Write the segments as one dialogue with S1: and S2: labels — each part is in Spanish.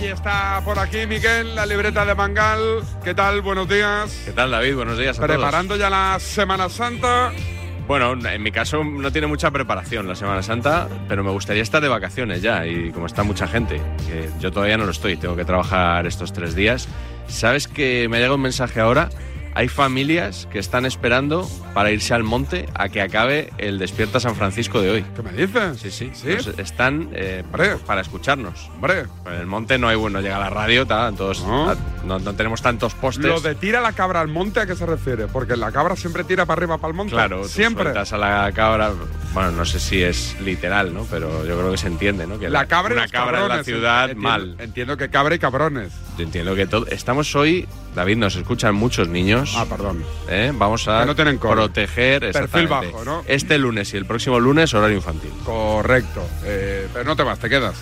S1: Y está por aquí Miguel, la libreta de Mangal. ¿Qué tal? Buenos días.
S2: ¿Qué tal, David? Buenos días a
S1: Preparando ya la Semana Santa.
S2: todos. Bueno, en mi caso no tiene mucha preparación la Semana Santa, pero me gustaría estar de vacaciones ya, y como está mucha gente, que yo todavía no lo estoy, tengo que trabajar estos tres días. ¿Sabes que me llega un mensaje ahora? Hay familias que están esperando para irse al monte a que acabe el Despierta San Francisco de hoy.
S1: ¿Qué me dices?
S2: Sí, sí.
S1: ¿Sí?
S2: Nos están eh,
S1: Hombre.
S2: para escucharnos.
S1: Hombre,
S2: En el monte no hay bueno, llega la radio, tal, entonces
S1: No.
S2: ah, no, no tenemos tantos postes.
S1: lo de tira la cabra al monte, ¿a qué se refiere? Porque la cabra siempre tira para arriba, para el monte.
S2: Claro, tú
S1: siempre.
S2: sueltas a la cabra. Bueno, no sé si es literal, ¿no? Pero yo creo que se entiende, ¿no? Que
S1: La cabra y
S2: una
S1: los
S2: cabra en la
S1: cabrones,
S2: ciudad
S1: entiendo-
S2: mal.
S1: Entiendo que cabra y cabrones.
S2: Yo entiendo que todo. Estamos hoy, David, nos escuchan muchos niños.
S1: Ah, perdón.
S2: ¿eh? Vamos a
S1: Que no tienen cole.
S2: proteger exactamente,
S1: bajo, ¿no?
S2: este lunes y el próximo lunes horario infantil.
S1: Correcto. Eh, pero no te vas, te quedas.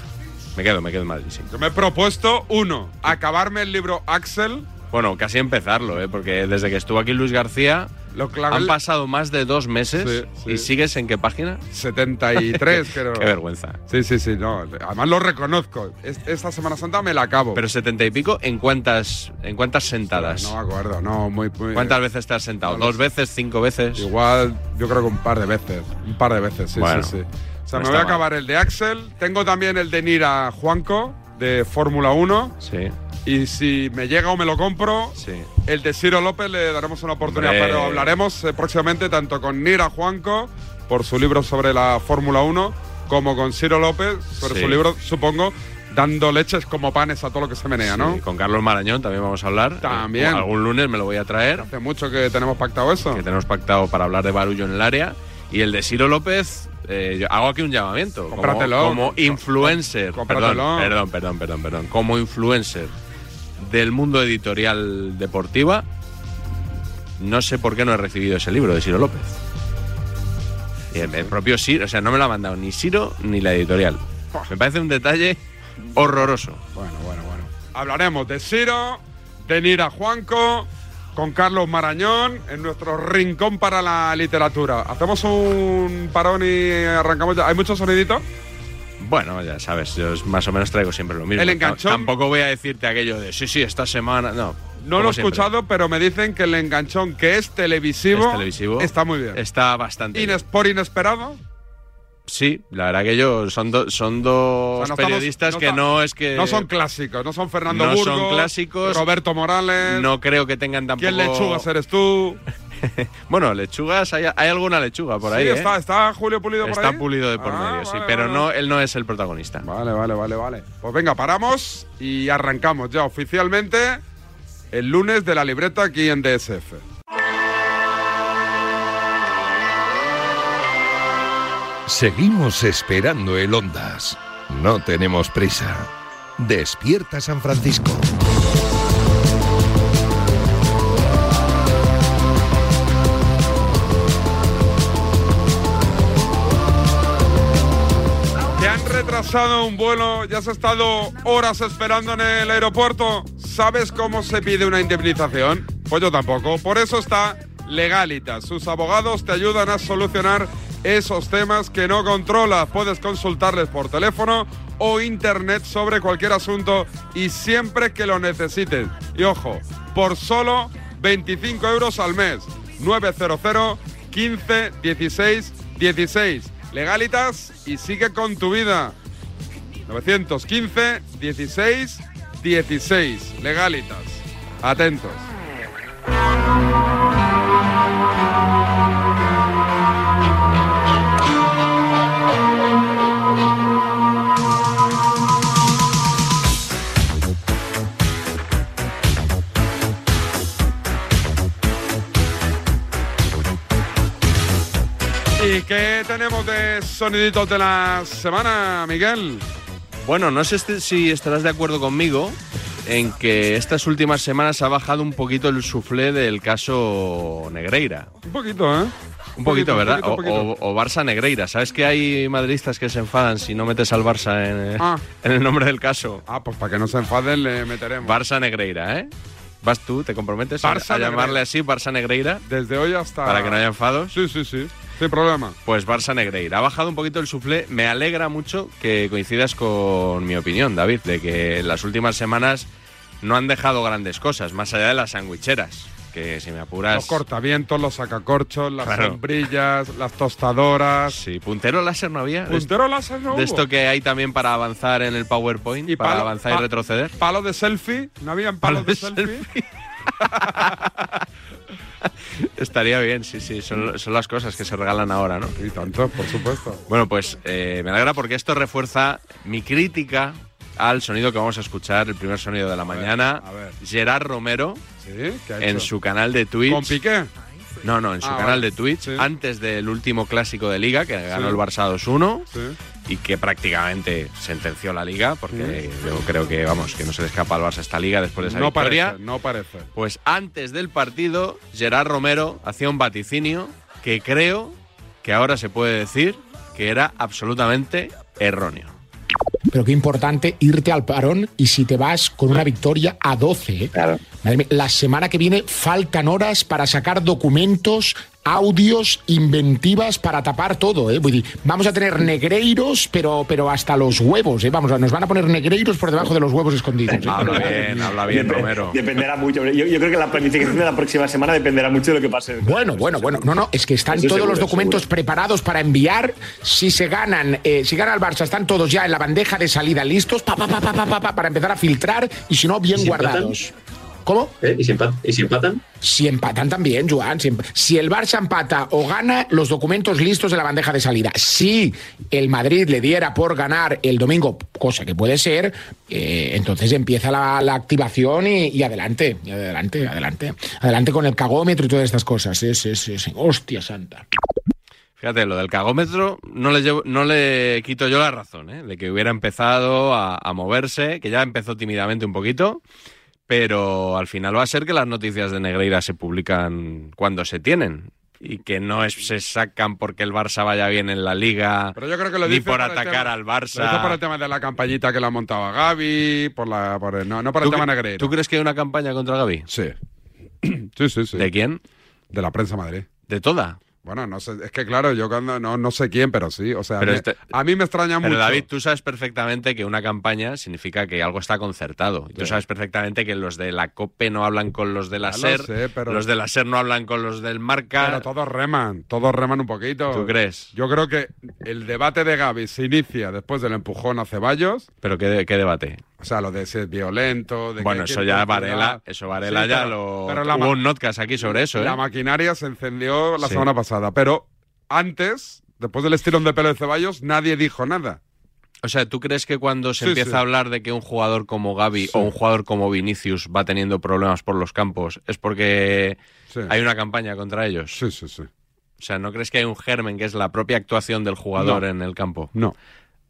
S2: Me quedo, me quedo en Madrid, sí.
S1: Yo me he propuesto, uno, acabarme el libro Axel.
S2: Bueno, casi empezarlo, ¿eh? Porque desde que estuvo aquí Luis García
S1: Lo clavé
S2: han
S1: el
S2: pasado más de dos meses
S1: Sí, sí.
S2: y sigues en qué página.
S1: 73, creo.
S2: Qué vergüenza.
S1: Sí, sí, sí, no. Además Ah, lo reconozco. Es- esta Semana Santa me la acabo.
S2: Pero setenta y pico, ¿en cuántas, en cuántas sentadas?
S1: No me acuerdo, no, muy. muy-
S2: ¿Cuántas veces te has sentado?
S1: no lo
S2: ¿Dos veces? ¿Cinco veces?
S1: Igual, yo creo que un par de veces. Un par de veces, sí,
S2: Bueno, Pues
S1: sí, sí. O sea,
S2: no
S1: me
S2: está
S1: voy a
S2: mal.
S1: acabar el de Axel. Tengo también el de Nira Juanco, de Fórmula 1.
S2: Sí,
S1: Y si me llega o me lo compro,
S2: sí.
S1: el de Ciro López le daremos una oportunidad.
S2: Hombre.
S1: Pero hablaremos eh, próximamente tanto con Nira Juanco, por su libro sobre la Fórmula 1, como con Ciro López, sobre
S2: Sí.
S1: su libro, supongo, dando leches como panes a todo lo que se menea,
S2: Sí,
S1: ¿no?
S2: Con Carlos Marañón también vamos a hablar.
S1: También.
S2: Eh, Algún lunes me lo voy a traer,
S1: Hace mucho que tenemos pactado eso.
S2: que tenemos pactado para hablar de barullo en el área. Y el de Ciro López, eh, yo hago aquí un llamamiento. Como-
S1: Cómpratelo.
S2: Como, influencer.
S1: Cómpratelo.
S2: Perdón, perdón, perdón, perdón, perdón. Como influencer del mundo editorial deportiva, no sé por qué no he recibido ese libro de Ciro López. Y el, el propio Ciro, o sea, no me lo ha mandado ni Ciro ni la editorial.
S1: Oh.
S2: Me parece un detalle horroroso.
S1: Bueno, bueno, bueno. Hablaremos de Ciro, de Nira Juanco, con Carlos Marañón, en nuestro rincón para la literatura. Hacemos un parón y arrancamos ya. ¿Hay mucho sonidito?
S2: Bueno, ya sabes, yo más o menos traigo siempre lo mismo.
S1: El enganchón-
S2: T- Tampoco voy a decirte aquello de sí, sí, esta semana. No.
S1: No
S2: como
S1: lo he
S2: siempre,
S1: escuchado, pero me dicen que el enganchón, que es televisivo,
S2: Es televisivo.
S1: está muy bien.
S2: Está bastante. bien.
S1: Ines- por inesperado,
S2: Sí, la verdad que yo son, do- son dos
S1: O sea, no estamos-
S2: periodistas
S1: no
S2: que
S1: está-
S2: no es que.
S1: no son clásicos, no son Fernando
S2: no son
S1: Burgos,
S2: clásicos.
S1: Roberto Morales,
S2: No creo que tengan tampoco.
S1: ¿quién lechugas eres tú?
S2: Bueno, lechugas, hay, hay alguna lechuga por ahí.
S1: sí,
S2: ¿eh?
S1: está, está Julio Pulido por
S2: Está
S1: ahí.
S2: pulido de por
S1: Ah,
S2: medio, sí,
S1: vale,
S2: pero
S1: vale.
S2: no, él no es el protagonista.
S1: Vale, vale, vale, vale. Pues venga, paramos y arrancamos ya oficialmente el lunes de la libreta aquí en DSF.
S3: Seguimos esperando el Ondas. No tenemos prisa. Despierta San Francisco.
S1: Te han retrasado un vuelo, ya has estado horas esperando en el aeropuerto. ¿Sabes cómo se pide una indemnización? Pues yo tampoco. Por eso está Legalitas. Sus abogados te ayudan a solucionar esos temas que no controlas. Puedes consultarles por teléfono o internet sobre cualquier asunto y siempre que lo necesites. Y ojo, por solo 25 euros al mes. 900 15 16 16. Legalitas y sigue con tu vida. 915 16 16. Legalitas. Atentos. ¿Y qué tenemos de soniditos de la semana, Miguel?
S2: Bueno, no sé este- si estarás de acuerdo conmigo en que estas últimas semanas ha bajado un poquito el suflé del caso Negreira.
S1: Un poquito, ¿eh?
S2: Un poquito, ¿verdad?
S1: poquito,
S2: O-
S1: poquito.
S2: O, o Barça Negreira. ¿Sabes que hay madridistas que se enfadan si no metes al Barça en, eh,
S1: Ah.
S2: en el nombre del caso?
S1: Ah, pues para que no se enfaden le meteremos.
S2: Barça Negreira, ¿eh? ¿Vas tú? ¿Te comprometes a-
S1: Barça
S2: a, llamarle
S1: Negreira.
S2: así Barça Negreira?
S1: Desde hoy hasta...
S2: Para que no haya enfados.
S1: Sí, sí, sí. Sin problema.
S2: Pues Barça Negreira. Ha bajado un poquito el suflé. Me alegra mucho que coincidas con mi opinión, David, de que en las últimas semanas no han dejado grandes cosas, más allá de las sandwicheras. Que si me
S1: Los
S2: apuras.
S1: cortavientos, los sacacorchos, las
S2: Claro.
S1: sombrillas, las tostadoras.
S2: Sí, puntero láser no había. De-
S1: Puntero láser no
S2: de
S1: hubo.
S2: esto que hay también para avanzar en el PowerPoint,
S1: Y
S2: para
S1: palo-
S2: avanzar y
S1: pa-
S2: retroceder.
S1: Palos de selfie. No habían palos de selfie.
S2: Estaría bien, sí, sí. Son, son las cosas que se regalan ahora, ¿no?
S1: Y tanto, por supuesto.
S2: Bueno, pues eh, me alegra porque esto refuerza mi crítica al sonido que vamos a escuchar, el primer sonido de la
S1: ver,
S2: mañana.
S1: a ver.
S2: Gerard Romero
S1: Sí, ¿qué ha
S2: en
S1: hecho?
S2: su canal de Twitch.
S1: Con Piqué.
S2: No, no, en su
S1: Ah,
S2: canal
S1: vale.
S2: de Twitch,
S1: Sí.
S2: antes del último clásico de liga que ganó
S1: Sí.
S2: el Barça 2-1
S1: Sí.
S2: y que prácticamente sentenció la liga, porque yo creo que, vamos, que no se le escapa al Barça esta liga después de esa
S1: No
S2: victoria.
S1: parece, no parece.
S2: Pues antes del partido, Gerard Romero hacía un vaticinio que creo que ahora se puede decir que era absolutamente erróneo.
S4: Pero qué importante irte al parón y si te vas con una victoria a 12. ¿eh? Madre mía, la semana que viene faltan horas para sacar documentos, audios, inventivas para tapar todo. ¿eh? Vull dir, Vamos a tener negreiros, pero, pero hasta los huevos. ¿eh? Vamos, nos van a poner negreiros por debajo de los huevos escondidos. ¿eh?
S2: Habla bien, habla bien,
S5: Dep-
S2: Romero.
S5: Dependerá mucho. Yo, yo creo que la planificación de la próxima semana dependerá mucho de lo que pase.
S4: Bueno, bueno, bueno. No, no, es que están
S5: Eso
S4: todos
S5: seguro,
S4: los documentos
S5: seguro.
S4: preparados para enviar. Si se ganan, eh, si gana el Barça, están todos ya en la bandeja de salida listos pa, pa, pa, pa, pa, pa, pa, para empezar a filtrar y si no, bien
S6: ¿Y si empatan?
S4: guardados. ¿Cómo?
S6: ¿Eh? ¿Y, si empatan? ¿Y si empatan?
S4: Si empatan también, Joan. Si, emp- si el Barça empata o gana, los documentos listos de la bandeja de salida. Si el Madrid le diera por ganar el domingo, cosa que puede ser, eh, entonces empieza la, la activación y, y adelante, y adelante, adelante. Adelante con el cagómetro y todas estas cosas. Sí, sí, sí, sí. Hostia santa.
S2: Fíjate, lo del cagómetro no le, llevo- no le quito yo la razón, ¿eh? de que hubiera empezado a, a moverse, que ya empezó tímidamente un poquito, pero al final va a ser que las noticias de Negreira se publican cuando se tienen y que no es- se sacan porque el Barça vaya bien en la liga.
S1: Pero yo creo que lo
S2: Ni
S1: dice
S2: por
S1: el
S2: atacar al Barça.
S1: Lo dice por el tema de la campañita que la montaba Gaby, por la, por el- no, no por el
S2: ¿Tú,
S1: tema
S2: cre-
S1: Negreira.
S2: tú crees que hay una campaña contra Gaby?
S1: Sí. sí, sí, sí.
S2: ¿De
S1: De,
S2: quién?
S1: la prensa Madrid.
S2: ¿De toda?
S1: Bueno, no sé, es que claro, yo cuando no, no sé quién, pero sí. O sea,
S2: Pero
S1: me-
S2: este-
S1: a mí me extraña
S2: Pero
S1: mucho.
S2: David, tú sabes perfectamente que una campaña significa que algo está concertado. Y tú
S1: Sí.
S2: sabes perfectamente que los de la COPE no hablan con los de la
S1: Ya lo
S2: SER,
S1: sé, pero-
S2: los de la SER no hablan con los del Marca.
S1: Pero todos reman, todos reman un poquito.
S2: ¿Tú crees?
S1: Yo creo que el debate de Gaby se inicia después del empujón a Ceballos.
S2: Pero qué, de- qué debate.
S1: O sea, lo de si es violento. De que
S2: Bueno,
S1: hay que
S2: eso ya
S1: torturar.
S2: Varela, eso Varela
S1: Sí,
S2: ya
S1: pero-
S2: lo
S1: pero la ma-
S2: hubo un notcast aquí sobre eso, ¿eh?
S1: La maquinaria se encendió la
S2: Sí.
S1: semana pasada, pero antes, después del estirón de pelo de Ceballos, nadie dijo nada.
S2: O sea, ¿tú crees que cuando se
S1: Sí,
S2: empieza
S1: sí.
S2: a hablar de que un jugador como Gaby o un jugador como Vinicius va teniendo problemas por los campos es porque
S1: Sí,
S2: hay una campaña contra ellos?
S1: sí, sí. sí.
S2: O sea, ¿no crees que hay un germen que es la propia actuación del jugador
S1: No.
S2: en el campo?
S1: No.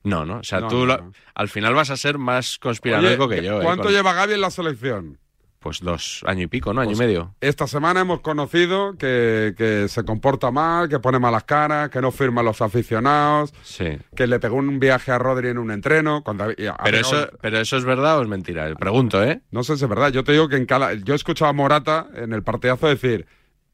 S2: No, no. O sea,
S1: No,
S2: tú
S1: no,
S2: lo-
S1: no.
S2: al final vas a ser más conspiranoico
S1: Oye,
S2: que yo. ¿eh?
S1: ¿Cuánto
S2: Con-
S1: lleva Gaby en la selección?
S2: Pues dos, año y pico, ¿no? Año
S1: Pues
S2: y medio.
S1: Esta semana hemos conocido que, que se comporta mal, que pone malas caras, que no firma a los aficionados,
S2: Sí.
S1: que le pegó un viaje a Rodri en un entreno. cuando había- ha
S2: Pero
S1: pegado-
S2: eso, pero eso es verdad o es mentira. Pregunto, ¿eh?
S1: No sé si es verdad. Yo te digo que en cada. Yo he escuchado a Morata en el partidazo decir.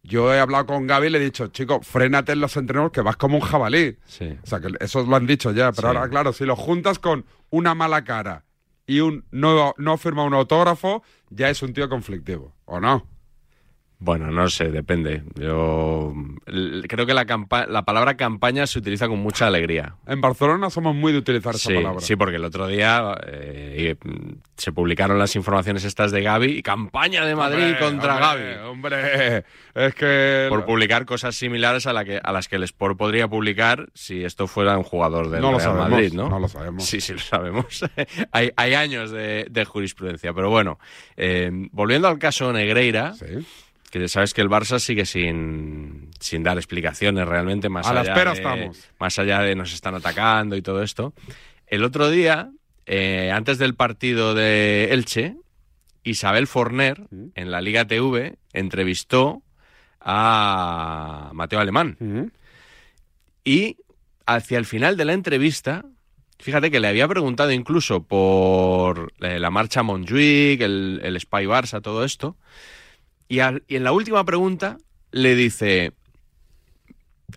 S1: Yo he hablado con Gaby y le he dicho, chico, frénate en los entrenos que vas como un jabalí.
S2: Sí.
S1: O sea, que eso lo han dicho ya, pero
S2: Sí.
S1: ahora, claro, si lo juntas con una mala cara y un no, no firma un autógrafo, ya es un tío conflictivo, ¿o no?
S2: Bueno, no sé, depende. Yo l- creo que la, campa- la palabra campaña se utiliza con mucha alegría.
S1: En Barcelona somos muy de utilizar
S2: Sí,
S1: esa palabra.
S2: sí, porque el otro día eh, se publicaron las informaciones estas de Gaby y campaña de Madrid
S1: Hombre,
S2: contra
S1: hombre,
S2: Gaby.
S1: Hombre, es que...
S2: por
S1: lo-
S2: publicar cosas similares a, la que, a las que el Sport podría publicar si esto fuera un jugador del
S1: no lo
S2: Real
S1: sabemos,
S2: Madrid, ¿no?
S1: lo sabemos.
S2: Sí, sí, lo sabemos. hay, hay años de, de jurisprudencia. Pero bueno, eh, volviendo al caso Negreira,
S1: Sí.
S2: que ya sabes que el Barça sigue sin, sin dar explicaciones realmente, más
S1: A la
S2: allá
S1: espera
S2: de,
S1: estamos.
S2: Más allá de nos están atacando y todo esto. El otro día, eh, antes del partido de Elche, Isabel Forner,
S1: Mm.
S2: en la Liga TV, entrevistó a Mateo Alemán.
S1: Mm.
S2: Y hacia el final de la entrevista, fíjate que le había preguntado incluso por eh, la marcha Montjuic, el, el Spy Barça, todo esto. Y, al- y en la última pregunta le dice,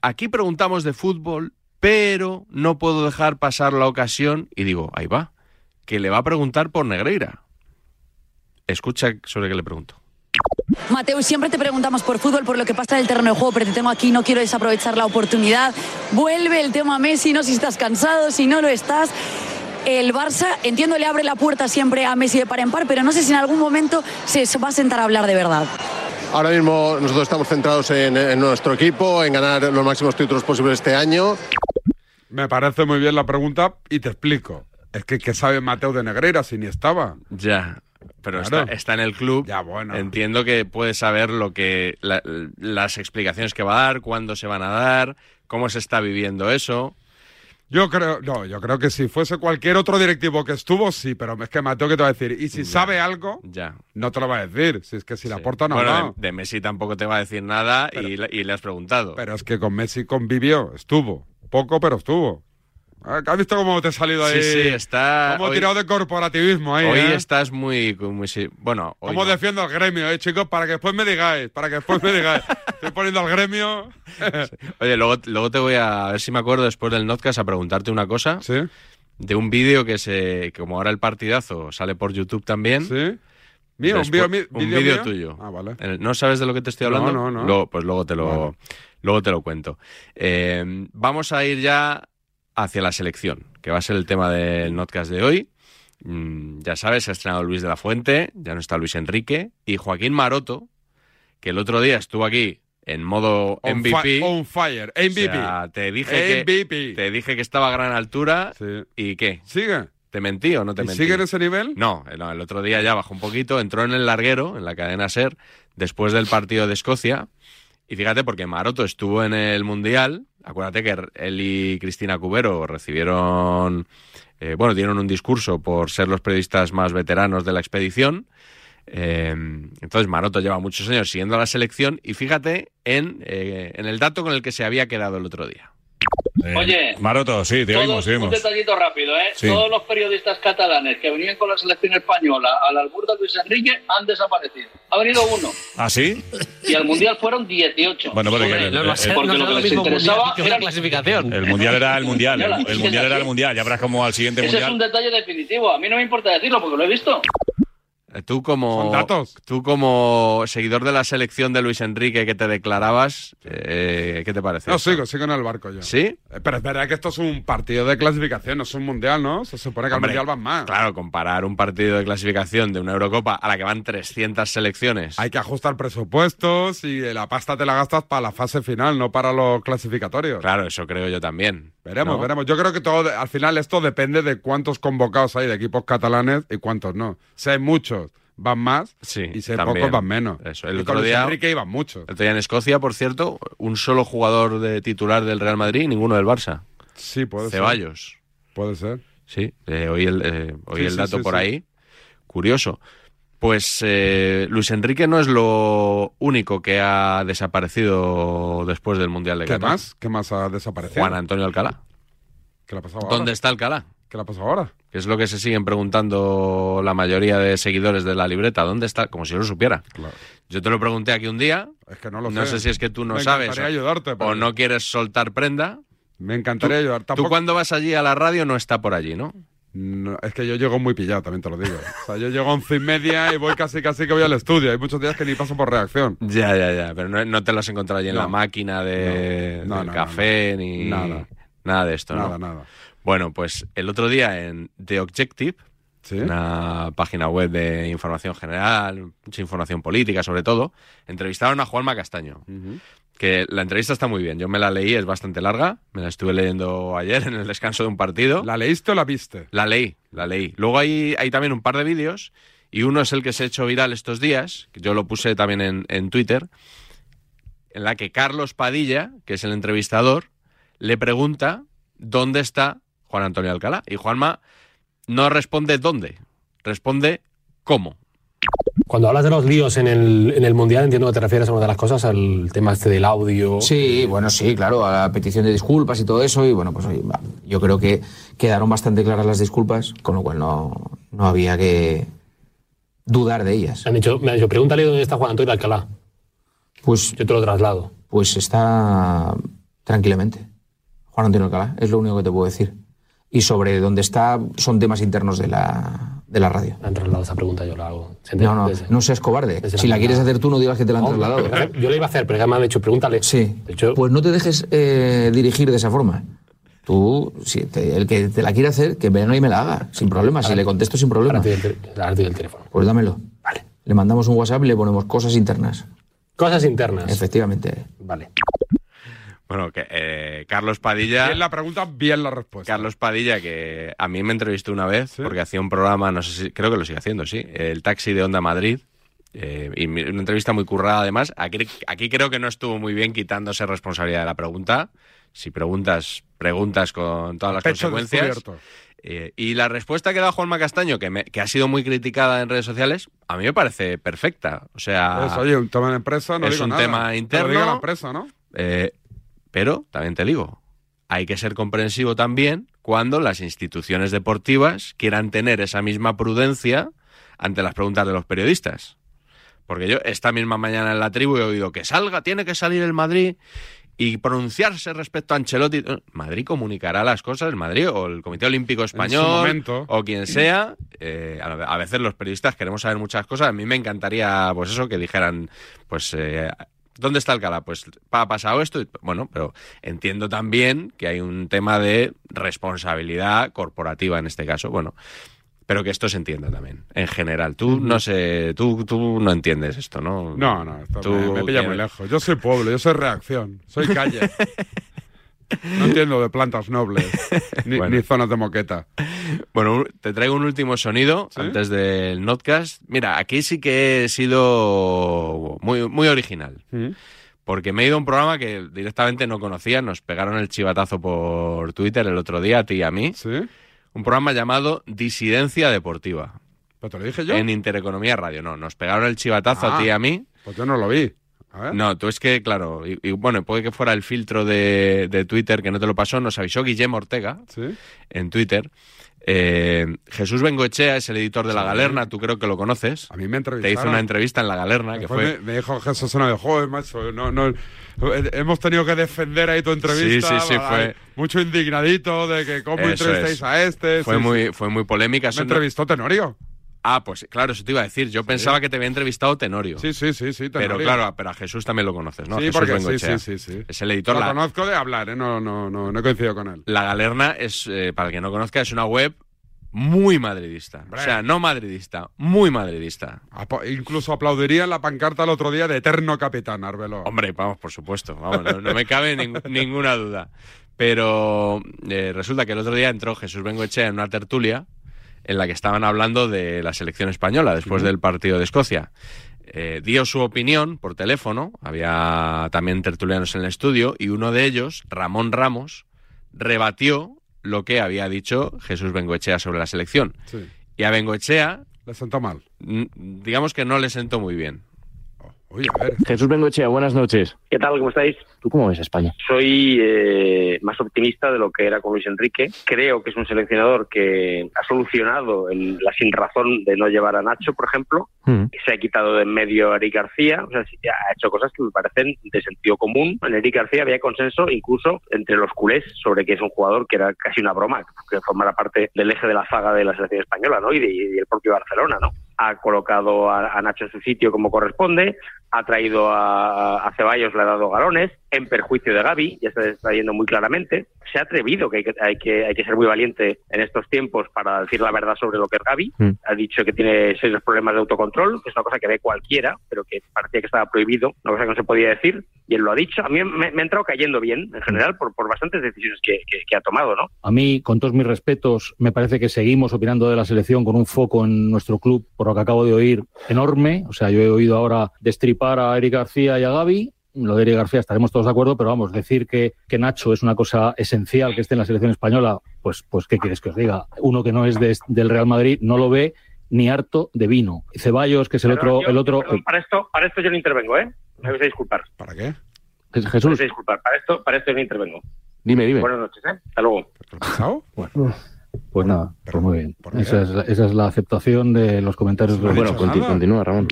S2: aquí preguntamos de fútbol, pero no puedo dejar pasar la ocasión y digo, ahí va, que le va a preguntar por Negreira. Escucha sobre qué le pregunto.
S6: Mateo, siempre te preguntamos por fútbol, por lo que pasa en el terreno de juego, pero te tengo aquí, no quiero desaprovechar la oportunidad. Vuelve el tema Messi, no sé si estás cansado, si no lo estás. El Barça, entiendo, le abre la puerta siempre a Messi de par en par, pero no sé si en algún momento se va a sentar a hablar de verdad.
S7: Ahora mismo nosotros estamos centrados en, en nuestro equipo, en ganar los máximos títulos posibles este año.
S1: Me parece muy bien la pregunta y te explico. Es que ¿qué sabe Mateo de Negreira si ni estaba?
S2: Ya, pero
S1: Claro.
S2: está, está en el club.
S1: Ya, bueno.
S2: Entiendo que puede saber lo que la- las explicaciones que va a dar, cuándo se van a dar, cómo se está viviendo eso.
S1: Yo creo, no, yo creo que si fuese cualquier otro directivo que estuvo, sí, pero es que Mateo que te va a decir, y si sabe algo,
S2: Ya.
S1: no te lo va a decir, si es que si la porta no ha
S2: bueno, eh.
S1: hablado.
S2: de, de Messi tampoco te va a decir nada y, le- y le has preguntado.
S1: Pero es que con Messi convivió, estuvo, poco pero estuvo. Ah, ¿Has visto cómo te he salido ahí?
S2: sí, sí, está.
S1: Cómo he
S2: hoy-
S1: tirado de corporativismo ahí,
S2: hoy
S1: ¿eh?
S2: estás muy, muy sí, bueno, hoy
S1: ¿Cómo
S2: no.
S1: defiendo al gremio, eh, chicos? Para que después me digáis, para que después me digáis. Estoy poniendo al gremio.
S2: Oye, luego, luego te voy a, a ver si me acuerdo después del podcast a preguntarte una cosa
S1: ¿Sí?
S2: de un vídeo que se que como ahora el partidazo sale por YouTube también.
S1: ¿Sí? Mío,
S2: Después-
S1: un vídeo mi-
S2: un
S1: vídeo
S2: vídeo
S1: mío.
S2: tuyo.
S1: Ah, vale.
S2: En el- ¿No sabes de lo que te estoy
S1: No,
S2: hablando?
S1: no, no.
S2: Luego, pues luego te lo,
S1: Vale.
S2: luego te lo cuento. Eh, vamos a ir ya hacia la selección, que va a ser el tema del notcast de hoy. Mm, ya sabes, se ha estrenado Luis de la Fuente, ya no está Luis Enrique, y Joaquín Maroto, que el otro día estuvo aquí en modo
S1: On
S2: MVP.
S1: fi- on fire.
S2: O
S1: MVP.
S2: sea, te dije, que,
S1: MVP.
S2: te dije que estaba a gran altura.
S1: Sí.
S2: ¿Y qué?
S1: ¿Sigue?
S2: ¿Te mentí o no te
S1: ¿Y
S2: mentí?
S1: ¿Sigue en ese nivel?
S2: No, eh, no, el otro día ya bajó un poquito, entró en el larguero, en la cadena SER, después del partido de Escocia. Y fíjate, porque Maroto estuvo en el Mundial. Acuérdate que él y Cristina Cubero recibieron, eh, bueno, dieron un discurso por ser los periodistas más veteranos de la expedición. Eh, entonces Maroto lleva muchos años siguiendo a la selección y fíjate en, eh, en el dato con el que se había quedado el otro día.
S8: Oye.
S9: Maroto, sí, te
S8: Todos-
S9: oímos, te
S8: Un
S9: oímos.
S8: detallito rápido, ¿eh?
S9: Sí.
S8: Todos los periodistas catalanes que venían con la selección española al albur de Luis Enrique han desaparecido. Ha venido uno.
S9: ¿Ah, sí?
S8: Y al Mundial fueron 18.
S9: Bueno, porque
S8: Hombre,
S9: el, el-
S8: porque lo que les interesaba era...
S9: el- el mundial era el mundial. El, el mundial era el mundial. Ya verás como al siguiente
S8: Ese es un
S9: mundial.
S8: detalle definitivo. A mí no me importa decirlo porque lo he visto.
S2: Eh, Tú como,
S1: Son datos.
S2: tú como seguidor de la selección de Luis Enrique que te declarabas, eh, ¿qué te parece?
S1: No, sigo, sigo en el barco yo.
S2: ¿Sí?
S1: Eh, Pero es verdad que esto es un partido de clasificación, no es un mundial, ¿no? Se supone que al
S2: Hombre,
S1: mundial van más.
S2: Claro, comparar un partido de clasificación de una Eurocopa a la que van 300 selecciones.
S1: Hay que ajustar presupuestos y eh, la pasta te la gastas para la fase final, no para los clasificatorios.
S2: Claro, eso creo yo también.
S1: Veremos,
S2: ¿no?
S1: veremos. Yo creo que todo, al final esto depende de cuántos convocados hay de equipos catalanes y cuántos no. Si hay muchos, van más.
S2: Sí,
S1: y si hay
S2: también.
S1: pocos, van menos.
S2: Eso, el
S1: Y
S2: otro
S1: con Luis
S2: día-
S1: Enrique iban muchos.
S2: El otro día en Escocia, por cierto, un solo jugador de titular del Real Madrid y ninguno del Barça.
S1: Sí, puede ser.
S2: Ceballos.
S1: Puede ser.
S2: Sí, eh, oí el, eh, oí
S1: Sí,
S2: el
S1: sí,
S2: dato
S1: sí,
S2: por
S1: sí.
S2: ahí. Curioso. Pues eh, Luis Enrique no es lo único que ha desaparecido después del Mundial de
S1: ¿Qué
S2: Qatar.
S1: más? ¿Qué más ha desaparecido?
S2: Juan Antonio Alcalá.
S1: ¿Qué le ha pasado
S2: ¿Dónde
S1: ahora?
S2: está Alcalá?
S1: ¿Qué le ha pasado ahora?
S2: Que es lo que se siguen preguntando la mayoría de seguidores de la libreta. ¿Dónde está? Como si yo lo supiera.
S1: Claro.
S2: Yo te lo pregunté aquí un día.
S1: Es que no lo
S2: No
S1: sé.
S2: sé si es que tú no
S1: Me
S2: sabes
S1: encantaría ayudarte, pero
S2: o no quieres soltar prenda.
S1: Me encantaría ayudar. Tampoco...
S2: Tú cuando vas allí a la radio no está por allí, ¿no?
S1: No, es que yo llego muy pillado, también te lo digo. O sea, yo llego a once y media y voy casi casi que voy al estudio. Hay muchos días que ni paso por reacción.
S2: Ya, ya, ya. Pero no, no te lo has encontrado allí en
S1: No.
S2: la máquina de,
S1: No. No,
S2: del
S1: no,
S2: café ni
S1: Nada.
S2: nada de esto, ¿no?
S1: Nada, nada.
S2: Bueno, pues el otro día en The Objective,
S1: ¿Sí?
S2: una página web de información general, mucha información política sobre todo, entrevistaron a Juanma Castaño.
S1: Ujú.
S2: Que la entrevista está muy bien. Yo me la leí, es bastante larga. Me la estuve leyendo ayer en el descanso de un partido.
S1: ¿La leíste o la viste?
S2: La leí, la leí. Luego hay, hay también un par de vídeos y uno es el que se ha hecho viral estos días, que yo lo puse también en, en Twitter, en la que Carlos Padilla, que es el entrevistador, le pregunta dónde está Juan Antonio Alcalá. Y Juanma no responde dónde, responde cómo.
S10: Cuando hablas de los líos en el, en el Mundial, entiendo que te refieres a una de las cosas, al tema este del audio.
S11: Sí, bueno, sí, claro, a la petición de disculpas y todo eso. Y bueno, pues oye, va, yo creo que quedaron bastante claras las disculpas, con lo cual no, no había que dudar de ellas.
S10: Me han dicho, me han dicho, pregúntale dónde está Juan Antonio Alcalá.
S11: Pues,
S10: Yo te lo traslado.
S11: pues está tranquilamente. Juan Antonio Alcalá, es lo único que te puedo decir. Y sobre dónde está, son temas internos de la, de la radio.
S10: Han trasladado esa pregunta, yo la hago. Se
S11: No, no,
S10: desde-
S11: no seas cobarde.
S10: desde
S11: Si la quieres hacer tú, no digas que te la han
S10: No,
S11: trasladado.
S10: pero Yo la iba a hacer, pero ya me han dicho, pregúntale.
S11: Sí. Pues no te dejes eh, dirigir de esa forma. Tú, si te- el que te la quiere hacer, que venga y me la haga, sin problema. Si le contesto sin problema. Ahora
S10: el teléfono.
S11: Pues dámelo. Vale. Le mandamos un WhatsApp y le ponemos cosas internas.
S10: Cosas internas.
S11: Efectivamente.
S10: Vale.
S2: Bueno, que, eh, Carlos Padilla. Bien
S1: la pregunta, bien la respuesta.
S2: Carlos Padilla, que a mí me entrevistó una vez porque hacía un programa, no sé si, creo que lo sigue haciendo, sí, el taxi de Onda Madrid. eh, y mi- una entrevista muy currada, además. Aquí, aquí creo que no estuvo muy bien quitándose responsabilidad de la pregunta. Si preguntas, preguntas con todas las
S1: Pecho
S2: consecuencias.
S1: descubierto.
S2: Eh, y la respuesta que da Juanma Castaño, que, me- que ha sido muy criticada en redes sociales, a mí me parece perfecta. O sea,
S1: Pues, oye, un tema de empresa, no
S2: es
S1: digo
S2: un
S1: nada.
S2: tema
S1: Que lo
S2: interno.
S1: diga la empresa, ¿no?
S2: eh, pero también te digo, hay que ser comprensivo también cuando las instituciones deportivas quieran tener esa misma prudencia ante las preguntas de los periodistas. Porque yo esta misma mañana en la tribu he oído que salga, tiene que salir el Madrid y pronunciarse respecto a Ancelotti. eh, Madrid comunicará las cosas, Madrid o el Comité Olímpico Español
S1: momento.
S2: o quien sea. Eh, a a veces los periodistas queremos saber muchas cosas. A mí me encantaría, pues eso, que dijeran, pues, eh, ¿dónde está Alcalá? Pues ha pasado esto. y- Bueno, pero entiendo también que hay un tema de responsabilidad corporativa en este caso. Bueno, pero que esto se entienda también, en general. Tú no sé, tú, tú no entiendes esto, ¿no?
S1: No, no, esto
S2: Tú
S1: me, me pilla
S2: que-
S1: muy lejos. Yo soy pueblo, yo soy reacción, soy calle. no entiendo de plantas nobles, ni,
S2: Bueno.
S1: ni zonas de moqueta.
S2: Bueno, un- te traigo un último sonido antes del notcast. Mira, aquí sí que he sido muy, muy original. Porque me he ido a un programa que directamente no conocía, nos pegaron el chivatazo por Twitter el otro día, a ti y a mí. Un programa llamado Disidencia Deportiva.
S1: ¿Pero te lo dije yo?
S2: En Intereconomía Radio, no. Nos pegaron el chivatazo a
S1: Ah.
S2: ti y a mí.
S1: Pues yo no lo vi. A ver.
S2: No, tú es que, claro, y, y bueno, puede que fuera el filtro de, de Twitter que no te lo pasó, nos avisó Guillermo Ortega
S1: ¿Sí?
S2: en Twitter. Eh, Jesús Bengoechea es el editor de La Galerna, tú creo que lo conoces. A
S1: mí me
S2: Te hizo una entrevista en La Galerna, que
S1: Después
S2: fue...
S1: me, me dijo Jesús una de joder, macho. No, no, eh, hemos tenido que defender ahí tu entrevista.
S2: Sí, sí, sí,
S1: va,
S2: fue-
S1: Mucho indignadito de que cómo
S2: Eso
S1: entrevistáis
S2: es.
S1: a este.
S2: Fue
S1: sí, sí.
S2: muy, fue muy polémica.
S1: Me entrevistó Tenorio.
S2: Ah, pues claro, eso te iba a decir. Yo pensaba que te había entrevistado Tenorio.
S1: Sí, sí, sí, sí. Tenorio.
S2: Pero claro, pero a Jesús también lo conoces, ¿no? A
S1: Sí,
S2: Jesús
S1: porque- sí,
S2: Bengoechea.
S1: sí, sí, sí.
S2: Es el editor.
S1: Lo
S2: La-
S1: conozco de hablar, ¿eh? No, no, no, no coincido con él.
S2: La Galerna es, eh, para el que no conozca, es una web muy madridista. O sea, no madridista, muy madridista.
S1: Apo- incluso aplaudiría la pancarta el otro día de Eterno Capitán, Arbelo.
S2: Hombre, vamos, por supuesto, vamos, no, no me cabe ning- ninguna duda. Pero eh, resulta que el otro día entró Jesús Bengoechea en una tertulia en la que estaban hablando de la selección española después del partido de Escocia. Eh, dio su opinión por teléfono, había también tertulianos en el estudio y uno de ellos, Ramón Ramos, rebatió lo que había dicho Jesús Bengoechea sobre la selección.
S1: Sí.
S2: Y a Bengoechea,
S1: Le sentó mal.
S2: mm, digamos que no le sentó muy bien.
S12: Jesús Bengochea, buenas noches.
S13: ¿Qué tal? ¿Cómo estáis?
S12: ¿Tú cómo ves a España?
S13: Soy eh, más optimista de lo que era con Luis Enrique. Creo que es un seleccionador que ha solucionado el- la sinrazón de no llevar a Nacho, por ejemplo. que se ha quitado de en medio a Eric García, o sea, sí, ha hecho cosas que me parecen de sentido común. En Eric García había consenso incluso entre los culés sobre que es un jugador que era casi una broma, que formara parte del eje de la zaga de la selección española, ¿no? Y, de- y del propio Barcelona, ¿no? Ha colocado a, a Nacho en su sitio como corresponde, ha traído a, a Ceballos, le ha dado galones, en perjuicio de Gaby, ya se está viendo muy claramente. Se ha atrevido, que hay que, hay que, hay que ser muy valiente en estos tiempos para decir la verdad sobre lo que es Gaby ha dicho que tiene serios problemas de autocontrol, que es una cosa que ve cualquiera, pero que parecía que estaba prohibido, una cosa que no se podía decir, y él lo ha dicho. A mí me, me ha entrado cayendo bien, en general, por, por bastantes decisiones que, que- que ha tomado, ¿no?
S12: A mí, con todos mis respetos, me parece que seguimos opinando de la selección con un foco en nuestro club, por lo que acabo de oír, enorme. O sea, yo he oído ahora destripar a Eric García y a Gaby. Lo de Eric García estaremos todos de acuerdo, pero vamos, decir que, que Nacho es una cosa esencial que esté en la selección española, pues, pues ¿qué quieres que os diga? Uno que no es de- del Real Madrid no lo ve ni harto de vino. Ceballos, que es el
S13: Perdón,
S12: otro...
S13: yo-
S12: El otro
S13: perdón, para, esto, para esto yo no intervengo, ¿eh? Me vais a disculpar.
S1: ¿Para qué?
S12: eh,
S13: Me
S12: Jesús,
S13: vais a disculpar. Para esto, para esto yo no intervengo.
S12: dime, dime.
S13: Buenas noches, ¿eh? Hasta luego.
S12: Bueno, pues nada, pues muy bien. Esa es, la- esa es la aceptación de los comentarios.
S13: Bueno, conti-
S12: continúa, Ramón.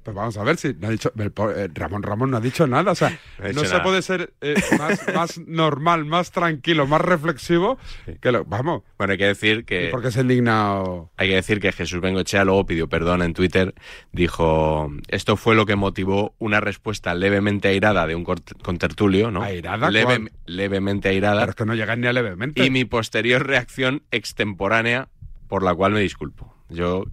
S1: Pues vamos a ver si no ha dicho, el po- eh, Ramón Ramón no ha dicho nada. O sea,
S2: No ha
S1: no
S2: dicho
S1: se
S2: nada.
S1: puede ser eh, más, más normal, más tranquilo, más reflexivo que lo. Vamos.
S2: Bueno, hay que decir que.
S1: Porque se ha indignado.
S2: Hay que decir que Jesús Bengochea luego pidió perdón en Twitter. Dijo: Esto fue lo que motivó una respuesta levemente airada de un cort- contertulio, ¿no?
S1: ¿Airada?
S2: Leve-
S1: ¿Cuál?
S2: levemente airada.
S1: Pero es que no llegan ni a levemente.
S2: Y mi posterior reacción extemporánea, por la cual me disculpo. Yo,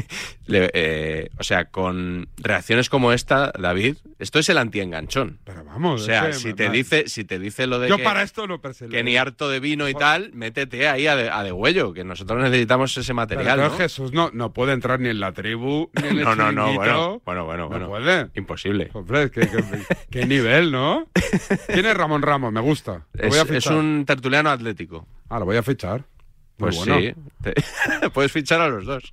S2: le- eh, o sea, con reacciones como esta, David, esto es el antienganchón.
S1: Pero vamos.
S2: o sea,
S1: ese-
S2: si te dice, si te dice lo de
S1: Yo
S2: que-
S1: para esto no pensé.
S2: que ni harto de vino y tal, métete ahí a de, a de huello, que nosotros necesitamos ese
S1: Pero
S2: material.
S1: no,
S2: ¿no?
S1: Jesús no, no puede entrar ni en la tribu, ni en el
S2: no, no, no,
S1: chiringuito.
S2: bueno, bueno, bueno, bueno.
S1: puede. Pues
S2: Imposible.
S1: Hombre, qué, qué- qué nivel, ¿no? ¿Quién es Ramón Ramos? Me gusta. Lo
S2: Es,
S1: voy a
S2: es
S1: fichar.
S2: un tertuliano atlético.
S1: Ah, lo voy a fichar. Muy
S2: Pues
S1: bueno.
S2: sí, te- puedes fichar a los dos.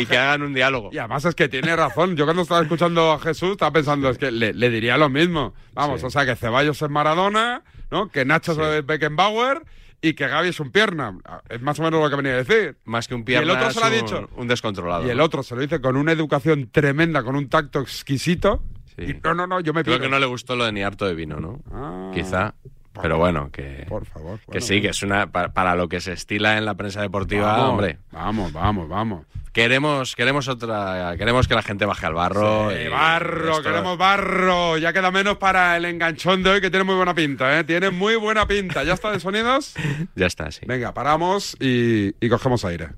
S2: y que hagan un diálogo.
S1: Y además es que tiene razón. Yo cuando estaba escuchando a Jesús estaba pensando, es que le, le diría lo mismo. Vamos,
S2: Sí.
S1: o sea, que Ceballos es Maradona, ¿no? Que Nacho es Beckenbauer y que Gaby es un pierna. Es más o menos lo que venía a decir.
S2: Más que
S1: Y
S2: un
S1: el
S2: pierna
S1: otro se lo ha
S2: es un-
S1: dicho.
S2: Un descontrolado.
S1: Y el
S2: ¿no?
S1: otro se lo dice con una educación tremenda, con un tacto exquisito.
S2: Sí.
S1: No, no, no, yo me
S2: Creo
S1: pido.
S2: que no le gustó lo de ni harto de vino, ¿no? Quizá. Pero bueno, que.
S1: Por favor.
S2: que sí, que es una. pa- Para, lo que se estila en la prensa deportiva,
S1: Vamos,
S2: hombre.
S1: Vamos, vamos, vamos.
S2: Queremos, queremos otra. Queremos que la gente baje al barro.
S1: Sí,
S2: y
S1: barro,
S2: esto-
S1: queremos barro. Ya queda menos para el enganchón de hoy, que tiene muy buena pinta, ¿eh? Tiene muy buena pinta. ¿Ya está de sonidos?
S2: Ya está, sí.
S1: Venga, paramos y, y cogemos aire.